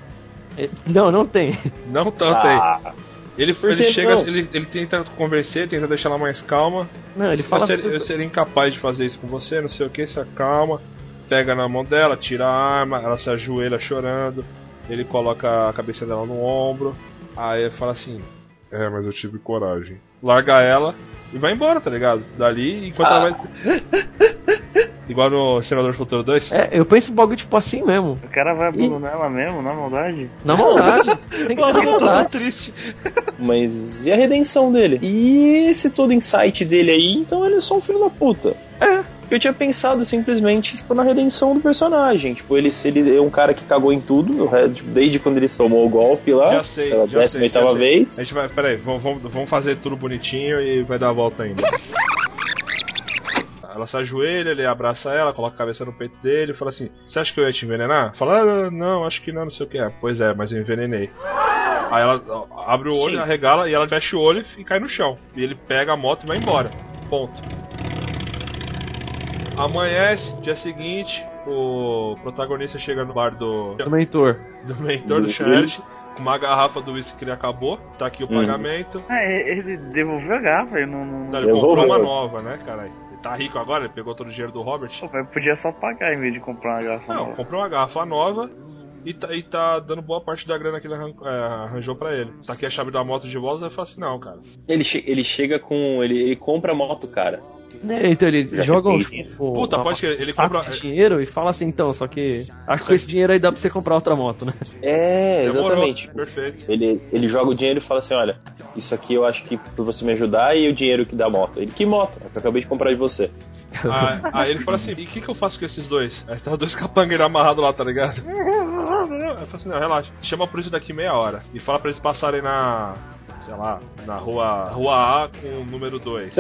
[SPEAKER 3] Ele- Não, não tem. [LAUGHS]
[SPEAKER 1] Não tanto
[SPEAKER 3] Ah.
[SPEAKER 1] aí. Ele,
[SPEAKER 3] Por
[SPEAKER 1] ele
[SPEAKER 3] que
[SPEAKER 1] chega,
[SPEAKER 3] não?
[SPEAKER 1] ele, ele tenta convencer, tenta deixar ela mais calma.
[SPEAKER 3] Não, ele fala
[SPEAKER 1] Eu seria,
[SPEAKER 3] tudo.
[SPEAKER 1] eu seria incapaz de fazer isso com você, não sei o que, se acalma. Pega na mão dela, tira a arma, ela se ajoelha chorando. Ele coloca a cabeça dela no ombro. Aí ele fala assim: É, mas eu tive coragem. Larga ela e vai embora, tá ligado? Dali, enquanto ela vai. Igual no Senador do Futuro 2.
[SPEAKER 3] Ah. É, eu penso um bagulho tipo assim mesmo.
[SPEAKER 4] O cara vai abandonar ela mesmo, na maldade?
[SPEAKER 3] Na
[SPEAKER 2] [LAUGHS]
[SPEAKER 3] maldade. tem que ser na maldade.
[SPEAKER 1] triste.
[SPEAKER 2] Mas e a redenção dele? E esse todo insight dele aí, então ele é só um filho da puta.
[SPEAKER 3] É.
[SPEAKER 2] Eu tinha pensado simplesmente tipo, na redenção do personagem. Tipo, ele, ele é um cara que cagou em tudo, o re- tipo, desde quando ele tomou o golpe lá,
[SPEAKER 1] Já sei,
[SPEAKER 2] pela
[SPEAKER 1] já sei.
[SPEAKER 2] 18
[SPEAKER 1] já sei. É
[SPEAKER 2] vez.
[SPEAKER 1] A gente vai, peraí, vamos, vamos- vamos fazer tudo bonitinho e vai dar a volta ainda. Ela se ajoelha, ele abraça ela, coloca a cabeça no peito dele e fala assim: Você acha que eu ia te envenenar? Fala, ah, não, acho que não, não sei o que. é. Pois é, mas eu envenenei. Aí ela ó, abre o olho,
[SPEAKER 2] Sim.
[SPEAKER 1] arregala e ela fecha o olho e cai no chão. E ele pega a moto e vai embora. Ponto. Amanhece, dia seguinte, o protagonista chega no bar do.
[SPEAKER 3] Do mentor.
[SPEAKER 1] Do mentor
[SPEAKER 2] Uhum.
[SPEAKER 1] do
[SPEAKER 3] Do
[SPEAKER 1] Charles, com uma garrafa do uísque que ele acabou, tá aqui o
[SPEAKER 3] Uhum.
[SPEAKER 1] pagamento.
[SPEAKER 4] Ah, e- ele devolveu a garrafa, ele não. não...
[SPEAKER 1] Então ele comprou uma nova, né, caralho? Ele tá rico agora, ele pegou todo o dinheiro do Robert.
[SPEAKER 4] Mas podia só pagar em vez de comprar uma garrafa
[SPEAKER 1] Não,
[SPEAKER 4] nova.
[SPEAKER 1] comprou uma garrafa nova e tá, e tá dando boa parte da grana que ele arran- é, arranjou pra ele. Tá aqui a chave da moto de volta, ele fala assim, não, cara.
[SPEAKER 2] Ele, che- ele chega com. Ele, ele compra a moto, cara.
[SPEAKER 3] Né, então ele
[SPEAKER 4] é
[SPEAKER 2] Já
[SPEAKER 3] joga o.
[SPEAKER 2] entendi.
[SPEAKER 3] o-
[SPEAKER 2] Puta,
[SPEAKER 3] a-
[SPEAKER 2] pode crer, ele
[SPEAKER 3] saco
[SPEAKER 2] compra-
[SPEAKER 3] de dinheiro e fala assim, então, só que. Acho que com esse dinheiro aí dá pra você comprar outra moto, né? [LAUGHS]
[SPEAKER 2] É,
[SPEAKER 3] Demorou,
[SPEAKER 2] exatamente.
[SPEAKER 1] Perfeito.
[SPEAKER 2] Ele, ele joga o dinheiro e fala assim: olha, isso aqui eu acho que por você me ajudar e o dinheiro que dá a moto. Ele, que moto? "A que Eu acabei de comprar de você.
[SPEAKER 1] Aí, aí ele fala assim, e o que, que eu faço com esses dois? Aí tá os dois [LAUGHS] capangueiros amarrados lá, tá ligado? Aí eu falo assim, não, relaxa, chama por isso daqui meia hora. E fala pra eles passarem na. sei lá, na rua, rua A com o número 2.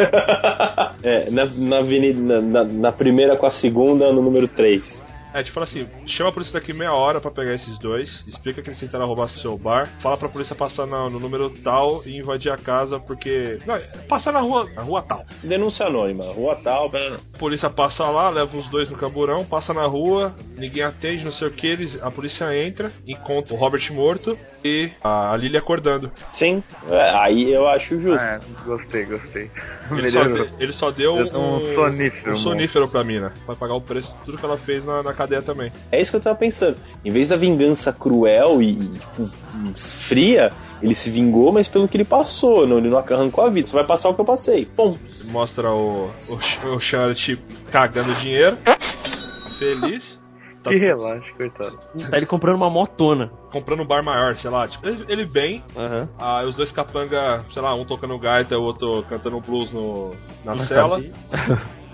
[SPEAKER 2] É, na, na avenida, na, na- na primeira com a segunda, no número 3.
[SPEAKER 1] É, tipo assim, chama a polícia daqui meia hora pra pegar esses dois, explica que eles tentaram roubar seu bar, fala pra polícia passar na- no número tal e invadir a casa porque. Não, passar na rua, na rua tal.
[SPEAKER 2] Denúncia anônima, rua tal.
[SPEAKER 1] A polícia passa lá, leva os dois no camburão, passa na rua, ninguém atende, não sei o que, eles, a polícia entra, encontra o Robert morto e a Lily acordando.
[SPEAKER 2] Sim, é, aí eu acho justo.
[SPEAKER 4] É, gostei, gostei.
[SPEAKER 1] Ele só,
[SPEAKER 4] Melhorou.
[SPEAKER 1] ele só deu
[SPEAKER 4] Eu dou
[SPEAKER 1] um,
[SPEAKER 4] um sonífero,
[SPEAKER 1] um
[SPEAKER 4] mano.
[SPEAKER 1] sonífero pra mina. Vai pagar o preço de tudo que ela fez na, na cadeia também.
[SPEAKER 2] É isso que eu tava pensando. Em vez da vingança cruel e, e, tipo, fria, ele se vingou, mas pelo que ele passou, não, ele não arrancou a vida. Só vai passar o que eu passei. Bom,
[SPEAKER 1] Mostra o, o, o Charlotte cagando dinheiro. Feliz. Tá-
[SPEAKER 4] Que relaxa, coitado.
[SPEAKER 3] Tá ele comprando uma motona.
[SPEAKER 1] Comprando um bar maior, sei lá. Tipo, ele, ele bem.
[SPEAKER 3] Aham.
[SPEAKER 1] Ah, os dois capanga, sei lá, um tocando gaita, o outro cantando blues no, na,
[SPEAKER 3] Na
[SPEAKER 1] cela.
[SPEAKER 3] cadeia.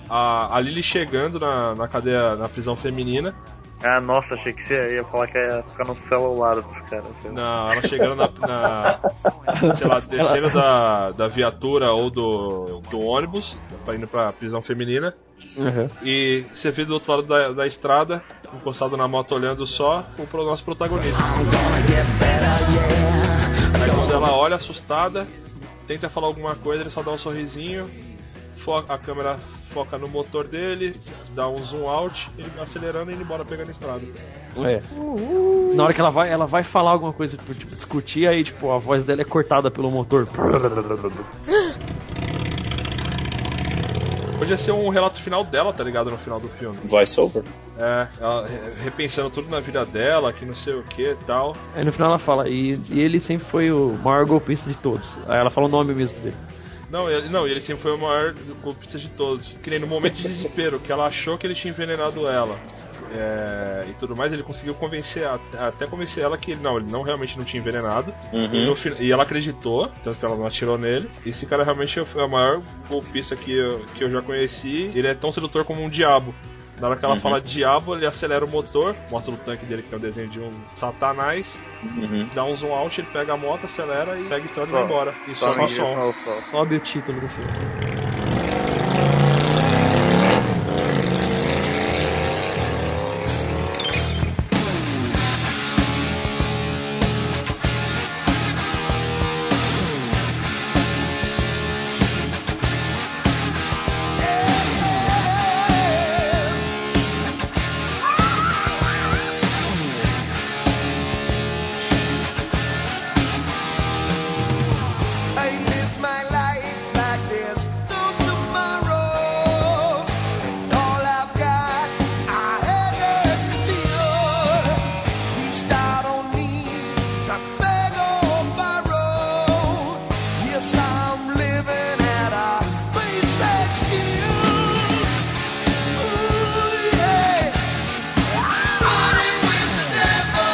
[SPEAKER 1] A, a Lily chegando na, na cadeia, na prisão feminina.
[SPEAKER 4] Ah, nossa, achei que você ia falar que ia ficar no celular dos caras. sei lá.
[SPEAKER 1] Não, ela chegando na. na- sei lá, descendo da, da viatura ou do, do ônibus, pra indo pra prisão feminina.
[SPEAKER 3] Uhum.
[SPEAKER 1] E você vê do outro lado da, da estrada, encostado na moto olhando só, o pro- nosso protagonista. Aí quando ela olha assustada, tenta falar alguma coisa, ele só dá um sorrisinho, fo- a câmera foca no motor dele, dá um zoom out, ele acelerando e indo embora pegando a estrada.
[SPEAKER 3] É. Na hora que ela vai, ela vai falar alguma coisa, tipo, tipo, discutir, aí, tipo, a voz dela é cortada pelo motor.
[SPEAKER 1] Podia ser um relato final dela, tá ligado? No final do filme.
[SPEAKER 2] voice over.
[SPEAKER 1] É, ela re- repensando tudo na vida dela, que não sei o que e tal.
[SPEAKER 3] Aí no final ela fala, e, e ele sempre foi o maior golpista de todos. Aí ela fala o nome mesmo dele.
[SPEAKER 1] Não, ele, não, ele sempre foi o maior culpista de todos. Que nem no momento de desespero, que ela achou que ele tinha envenenado ela. é, e tudo mais, ele conseguiu convencer, a- até convencer ela que ele não, ele não realmente não tinha envenenado.
[SPEAKER 2] Uhum.
[SPEAKER 1] E, no fina- e ela acreditou, tanto que ela não atirou nele. Esse cara realmente é o maior golpista que eu, que eu já conheci. Ele é tão sedutor como um diabo. Na hora que ela
[SPEAKER 2] Uhum.
[SPEAKER 1] fala diabo, ele acelera o motor, mostra o tanque dele que é o desenho de um satanás,
[SPEAKER 2] Uhum.
[SPEAKER 1] dá um zoom out, ele pega a moto, acelera e pega estrada e
[SPEAKER 4] Só.
[SPEAKER 1] vai embora. E
[SPEAKER 4] Só
[SPEAKER 1] só
[SPEAKER 4] em
[SPEAKER 1] o
[SPEAKER 4] direção
[SPEAKER 1] som.
[SPEAKER 4] ao sol.
[SPEAKER 3] Sobe o título do filme.
[SPEAKER 12] I live my life like there's no tomorrow. And all I've got, I had to steal. He start on me, to beg or borrow. Yes, I'm living at a place that kills. Ooh, yeah. Running with the devil.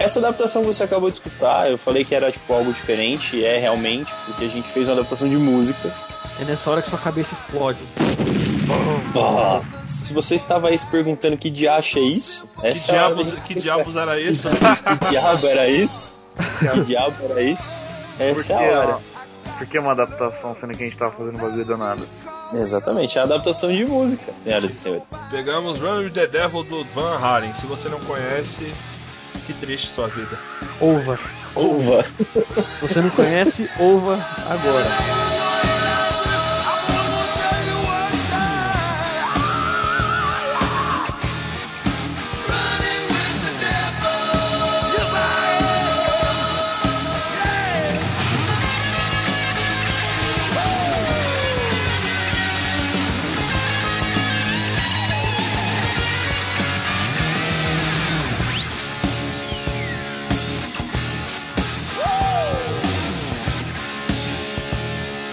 [SPEAKER 2] Essa adaptação que você acabou de escutar, eu falei que era tipo algo diferente, e é realmente, porque a gente fez uma adaptação de música.
[SPEAKER 3] É nessa hora que sua cabeça explode.
[SPEAKER 2] Bah. Se você estava aí se perguntando que diacho é isso,
[SPEAKER 1] Que
[SPEAKER 2] essa é a hora da
[SPEAKER 1] diabos, que diabos era isso?
[SPEAKER 2] Que diabo era isso? Que diabo era isso? Essa
[SPEAKER 4] Por que
[SPEAKER 2] é a hora.
[SPEAKER 4] uma- Por que uma adaptação sendo que a gente tava fazendo um bagulho danado?
[SPEAKER 2] Exatamente, é a adaptação de música, senhoras e senhores.
[SPEAKER 1] Pegamos Run with the Devil do Van Halen. Se você não conhece, que triste sua vida.
[SPEAKER 3] Ova.
[SPEAKER 2] Ova.
[SPEAKER 3] Você não conhece Ova agora.
[SPEAKER 12] Running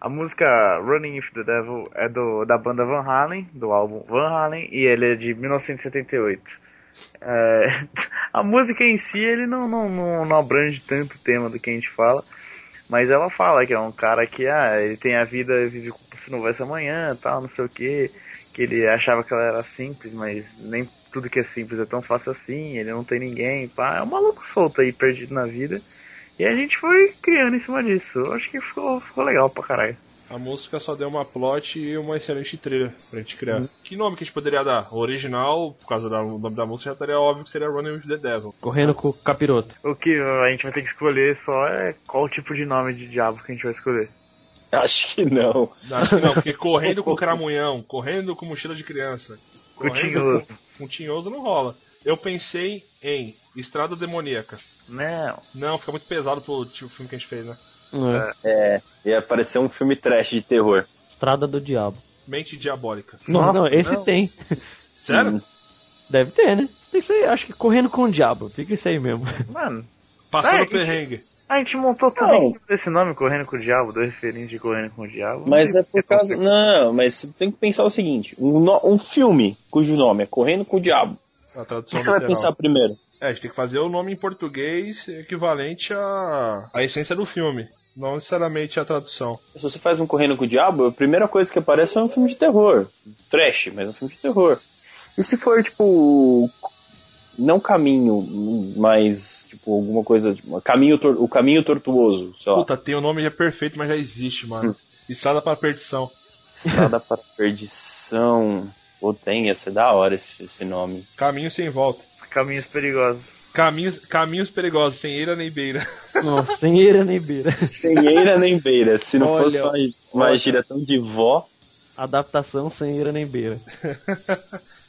[SPEAKER 4] A música Running If The Devil é do, da banda Van Halen, do álbum Van Halen, e ele é de 1978. É, [LAUGHS] a música em si ele não, não, não, não abrange tanto o tema do que a gente fala, mas ela fala que é um cara que ah, ele tem a vida, vive como se não houvesse amanhã, tal, não sei o que, que ele achava que ela era simples, mas nem tudo que é simples é tão fácil assim, ele não tem ninguém, pá, é um maluco solto aí, perdido na vida. E a gente foi criando em cima disso. Eu acho que ficou, ficou legal pra caralho.
[SPEAKER 1] A música só deu uma plot e uma excelente trilha pra gente criar. Que nome que a gente poderia dar? O original, por causa da- do nome da música, já estaria óbvio que seria Running with the Devil.
[SPEAKER 3] Correndo com o capiroto.
[SPEAKER 4] O que a gente vai ter que escolher só é qual tipo de nome de diabo que a gente vai escolher.
[SPEAKER 2] [LAUGHS] Acho que não.
[SPEAKER 1] Acho que não, porque correndo com cramunhão, correndo com mochila de criança, correndo
[SPEAKER 4] tinhoso.
[SPEAKER 1] com, com tinhoso não rola. Eu pensei em Estrada Demoníaca.
[SPEAKER 4] Não.
[SPEAKER 1] Não, fica muito pesado pro tipo de filme que a gente fez, né?
[SPEAKER 2] É, ia parecer um filme trash de terror.
[SPEAKER 3] Estrada do Diabo.
[SPEAKER 1] Mente Diabólica.
[SPEAKER 3] Não, não, esse tem.
[SPEAKER 1] Sério?
[SPEAKER 3] Deve ter, né? Tem isso aí, acho que correndo com o diabo. Fica isso aí mesmo.
[SPEAKER 4] Mano.
[SPEAKER 1] Passando
[SPEAKER 4] Ah, e-
[SPEAKER 1] perrengue.
[SPEAKER 4] A gente montou também esse nome Correndo com o Diabo, dois referentes de Correndo com o Diabo.
[SPEAKER 2] Mas é por causa. Não, mas você tem que pensar o seguinte: um, no- um filme cujo nome é Correndo com o Diabo.
[SPEAKER 1] A
[SPEAKER 2] O
[SPEAKER 1] tradução
[SPEAKER 2] que você vai
[SPEAKER 1] literal.
[SPEAKER 2] pensar primeiro?
[SPEAKER 1] É, a gente tem que fazer o nome em português equivalente à, à essência do filme. Não necessariamente a tradução.
[SPEAKER 2] Se você faz um Correndo com o Diabo, a primeira coisa que aparece é um filme de terror. Trash, mas é um filme de terror. E se for, tipo. Não caminho, mas, tipo, alguma coisa. tipo, caminho tor- o caminho tortuoso, sei lá.
[SPEAKER 1] Puta, tem o nome já perfeito, mas já existe, mano. Estrada pra perdição.
[SPEAKER 2] Estrada para a perdição. Pô, tem, ia ser da hora esse, esse nome.
[SPEAKER 1] Caminhos sem volta.
[SPEAKER 4] Caminhos perigosos.
[SPEAKER 1] Caminhos, caminhos perigosos, sem eira nem beira.
[SPEAKER 3] [LAUGHS]
[SPEAKER 1] [LAUGHS]
[SPEAKER 3] Não, [LAUGHS] sem eira nem beira.
[SPEAKER 2] Sem eira nem beira. Se não
[SPEAKER 3] Olha,
[SPEAKER 2] fosse uma, uma
[SPEAKER 3] olha.
[SPEAKER 2] giração de vó.
[SPEAKER 3] Adaptação sem eira nem beira.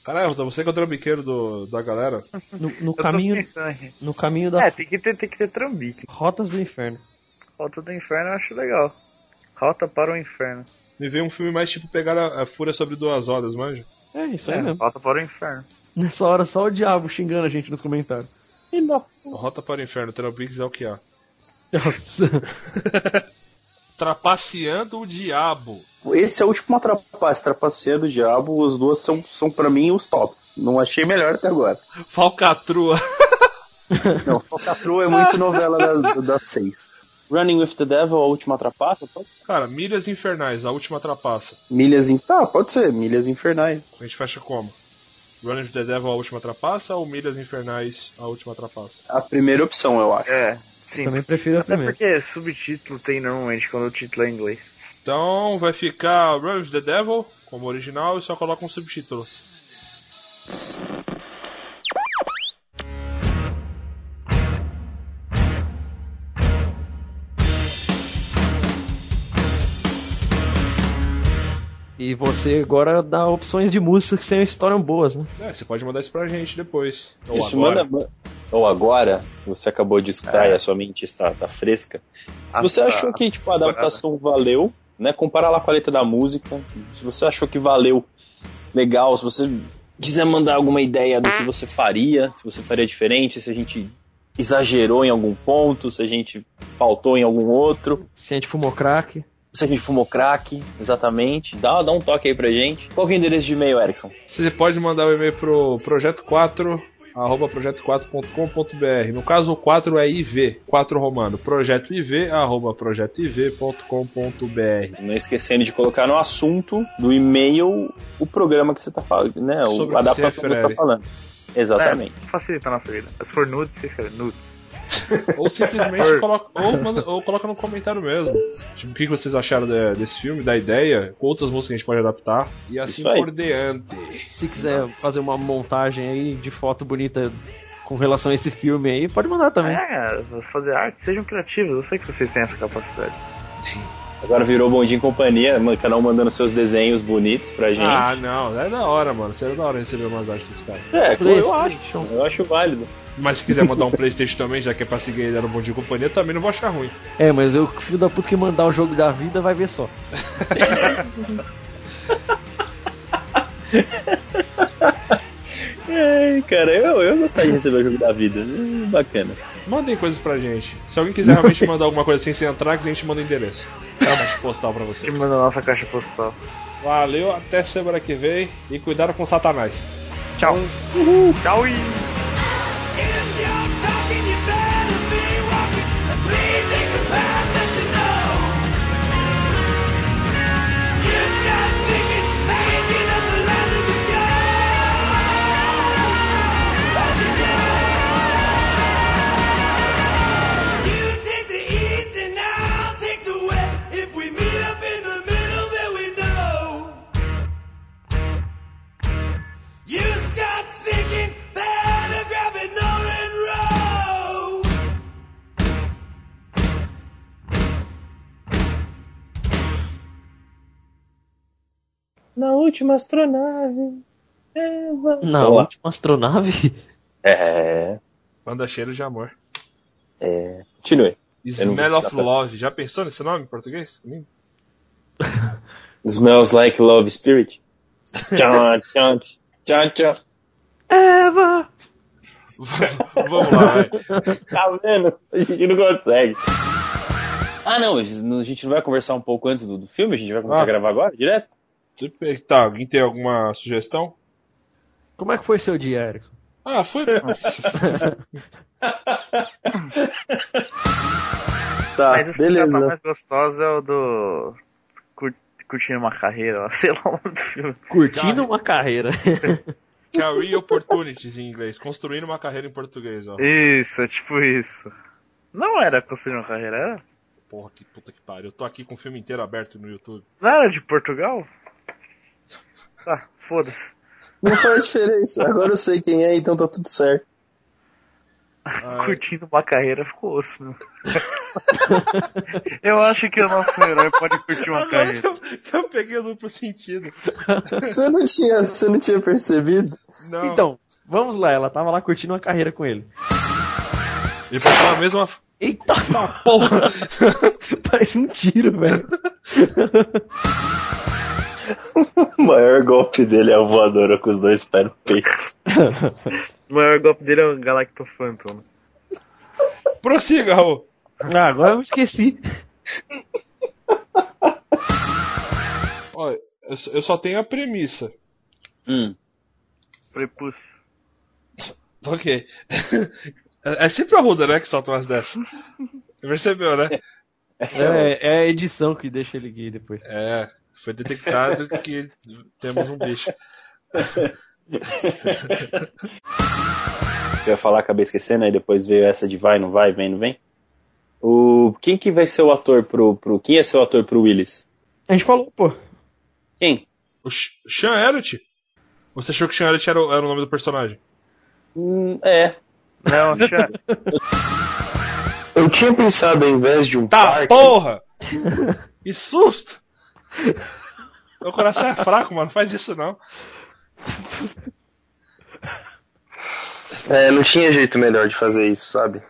[SPEAKER 1] Caralho, Ruta, você que é o trambiqueiro do, da galera.
[SPEAKER 3] No, no caminho. No caminho da.
[SPEAKER 4] É, tem que ter, tem que ter trambique.
[SPEAKER 3] Rotas do Inferno.
[SPEAKER 4] Rota do Inferno eu acho legal. Rota para o Inferno.
[SPEAKER 1] Me veio um filme mais tipo pegar a, a fúria sobre duas horas, manja?
[SPEAKER 3] É, isso aí mesmo.
[SPEAKER 4] Rota para o Inferno.
[SPEAKER 3] Nessa hora só o diabo xingando a gente nos comentários.
[SPEAKER 1] Rota para o inferno, Trambiques é o que há.
[SPEAKER 3] Nossa.
[SPEAKER 1] Trapaceando o diabo.
[SPEAKER 2] Esse é o último trapace, trapaceia do diabo. Os duas são, são para mim os tops. Não achei melhor até agora.
[SPEAKER 1] Falcatrua.
[SPEAKER 2] Não, Falcatrua é muito novela da- das seis. Running with the Devil, a última trapaça? Pode ser.
[SPEAKER 1] Cara, Milhas Infernais, a última trapaça.
[SPEAKER 2] Milhas in... Tá, pode ser, Milhas Infernais.
[SPEAKER 1] A gente fecha como? Running with the Devil, a última trapaça ou Milhas Infernais, a última trapaça?
[SPEAKER 2] A primeira opção, eu acho.
[SPEAKER 4] É, sim.
[SPEAKER 3] Também prefiro a
[SPEAKER 4] Até
[SPEAKER 3] primeira.
[SPEAKER 4] porque subtítulo tem normalmente quando o título é em inglês.
[SPEAKER 1] Então vai ficar Running with the Devil como original e só coloca um subtítulo.
[SPEAKER 3] [LAUGHS] E você agora dá opções de músicas que tenham histórias boas, né?
[SPEAKER 1] É, você pode mandar isso pra gente depois. Ou
[SPEAKER 2] Isso
[SPEAKER 1] agora.
[SPEAKER 2] manda. Ou agora, você acabou de escutar e a sua mente está, está fresca. Se
[SPEAKER 4] Ah,
[SPEAKER 2] você
[SPEAKER 4] tá.
[SPEAKER 2] achou que tipo, a adaptação valeu, né? Compara lá com a letra da música. Se você achou que valeu, legal. Se você quiser mandar alguma ideia do que você faria, se você faria diferente, se a gente exagerou em algum ponto, se a gente faltou em algum outro,
[SPEAKER 3] Se a gente fumou crack.
[SPEAKER 2] se a gente fumou crack, exatamente. Dá, dá um toque aí pra gente. Qual que é o endereço de e-mail, Erickson?
[SPEAKER 1] Você pode mandar o e-mail pro projeto4 arroba projeto4.com.br. No caso, o 4 é IV, 4 romano. Projeto IV, arroba projetoiv.com.br.
[SPEAKER 2] Não esquecendo de colocar no assunto do e-mail o programa que você tá falando, né?
[SPEAKER 1] Sobre o
[SPEAKER 2] O
[SPEAKER 1] que é,
[SPEAKER 2] adaptação
[SPEAKER 1] se
[SPEAKER 2] que você tá
[SPEAKER 1] refere.
[SPEAKER 2] falando. Exatamente.
[SPEAKER 4] É, facilita a nossa vida. Se for nude, você escreve nude.
[SPEAKER 1] Ou simplesmente coloca, ou, manda- ou coloca no comentário mesmo. Tipo, o que que vocês acharam de- desse filme, da ideia, quantas músicas a gente pode adaptar. E assim
[SPEAKER 2] Isso aí.
[SPEAKER 1] por diante.
[SPEAKER 3] Se quiser fazer uma montagem aí de foto bonita com relação a esse filme aí, pode mandar também.
[SPEAKER 4] É, fazer arte, sejam criativos. Eu sei que vocês têm essa capacidade.
[SPEAKER 2] Agora virou Bom Dia em Companhia, man- cada um mandando seus desenhos bonitos pra gente.
[SPEAKER 1] Ah, não, é da hora, mano. Seria da hora receber umas artes desse cara.
[SPEAKER 2] é, pô, eu acho.
[SPEAKER 3] PlayStation.
[SPEAKER 2] Eu acho válido.
[SPEAKER 1] Mas se quiser mandar um Playstation também, já que é pra seguir ele no Bom Dia e Companhia, também não vou achar ruim.
[SPEAKER 3] É, mas o filho da puta que mandar o jogo da vida vai ver só.
[SPEAKER 2] É, cara, eu, eu gostaria de receber o jogo da vida. Hum, Bacana. [LAUGHS]
[SPEAKER 1] Mandem coisas pra gente. Se alguém quiser realmente mandar alguma coisa assim sem entrar, que a gente manda o endereço. caixa postal pra vocês.
[SPEAKER 4] Te manda a nossa caixa postal.
[SPEAKER 1] Valeu, até semana que vem e cuidado com Satanás.
[SPEAKER 4] Tchau. Tchau e.
[SPEAKER 13] Na última astronave. Eva.
[SPEAKER 3] Na
[SPEAKER 2] Boa.
[SPEAKER 3] última astronave? [LAUGHS]
[SPEAKER 2] É.
[SPEAKER 1] Manda cheiro de amor.
[SPEAKER 2] É. Continue. Eu não vou
[SPEAKER 1] Smell of
[SPEAKER 2] tirar pra-
[SPEAKER 1] Love. Já pensou nesse nome em português? Hum.
[SPEAKER 2] Smells like love [LAUGHS] spirit. Tchan, tchan, tchan, tchan.
[SPEAKER 13] Eva!
[SPEAKER 1] Vamos lá. é.
[SPEAKER 2] Tá vendo? A gente não consegue. Ah, não, a gente não vai conversar um pouco antes do, do filme? A gente vai começar a gravar agora, direto?
[SPEAKER 1] Tá, alguém tem alguma sugestão?
[SPEAKER 3] Como é que foi seu dia, Erickson?
[SPEAKER 1] Ah, foi. [LAUGHS]
[SPEAKER 4] Tá,
[SPEAKER 3] Mas
[SPEAKER 4] Mas o que
[SPEAKER 3] beleza.
[SPEAKER 4] tava mais gostoso é o do. Cur- Curtindo uma carreira, [LAUGHS] lá, sei lá o nome do filme.
[SPEAKER 3] Curtindo uma carreira.
[SPEAKER 1] Career Opportunities em inglês. Construindo uma carreira em português, ó.
[SPEAKER 4] Isso, é tipo isso. Não era construir uma carreira, era?
[SPEAKER 1] Porra, que puta que pariu. Eu tô aqui com o filme inteiro aberto no YouTube.
[SPEAKER 4] Não era de Portugal? Tá, foda-se.
[SPEAKER 2] Não faz diferença. Agora eu sei quem é, então tá tudo certo.
[SPEAKER 4] Curtindo uma carreira ficou osso, meu. eu acho que o nosso herói pode curtir uma
[SPEAKER 1] Agora que
[SPEAKER 4] carreira.
[SPEAKER 1] [LAUGHS] eu, que eu peguei o duplo sentido.
[SPEAKER 2] Você não tinha, você não tinha percebido?
[SPEAKER 1] Não.
[SPEAKER 3] Então, vamos lá, ela tava lá curtindo uma carreira com ele.
[SPEAKER 1] Ele passou a mesma.
[SPEAKER 3] Eita porra! [LAUGHS] Parece um tiro, velho.
[SPEAKER 2] O maior golpe dele é a voadora com os dois pés no peito.
[SPEAKER 4] O maior golpe dele é o Galactophantom.
[SPEAKER 1] Prossiga, Raul.
[SPEAKER 3] Ah, agora eu esqueci.
[SPEAKER 1] Olha, eu só- eu só tenho a premissa.
[SPEAKER 2] Hum.
[SPEAKER 4] Prepúcio.
[SPEAKER 1] Ok. [LAUGHS] É, é sempre a Ruda, né, que solta umas [LAUGHS] dessas. Percebeu, né?
[SPEAKER 3] É, é a edição que deixa ele gay depois.
[SPEAKER 1] É, foi detectado que temos um bicho.
[SPEAKER 2] Eu ia falar, acabei esquecendo, aí depois veio essa de vai, não vai, vem, não vem. O... Quem que vai ser o ator pro, pro. Quem ia ser o ator pro Willis?
[SPEAKER 3] A gente falou, pô.
[SPEAKER 2] Quem?
[SPEAKER 1] O Sh- Sean Elliott? Você achou que Sean Elliott era, o- era o nome do personagem?
[SPEAKER 2] é.
[SPEAKER 4] Não, Sean.
[SPEAKER 2] Eu tinha pensado ao invés de um
[SPEAKER 1] tá, Porra! Que susto! Meu coração é fraco, mano. Faz isso não.
[SPEAKER 2] É, não tinha jeito melhor de fazer isso, sabe?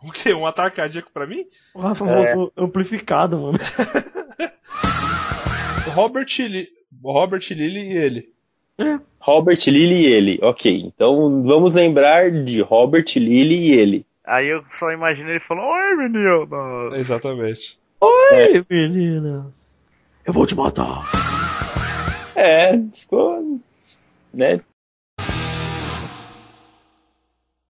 [SPEAKER 1] O quê? Um ataque cardíaco pra mim?
[SPEAKER 3] O Rafa
[SPEAKER 1] É.
[SPEAKER 3] voltou um amplificado, mano.
[SPEAKER 1] Robert Lilly. Robert Lilly e ele.
[SPEAKER 2] Robert Lilly e ele, ok. Então vamos lembrar de Robert Lilly e ele.
[SPEAKER 4] Aí eu só imagino ele falando, oi menino!
[SPEAKER 1] Exatamente.
[SPEAKER 3] Oi, menina. Eu vou te matar.
[SPEAKER 2] É, ficou. Né?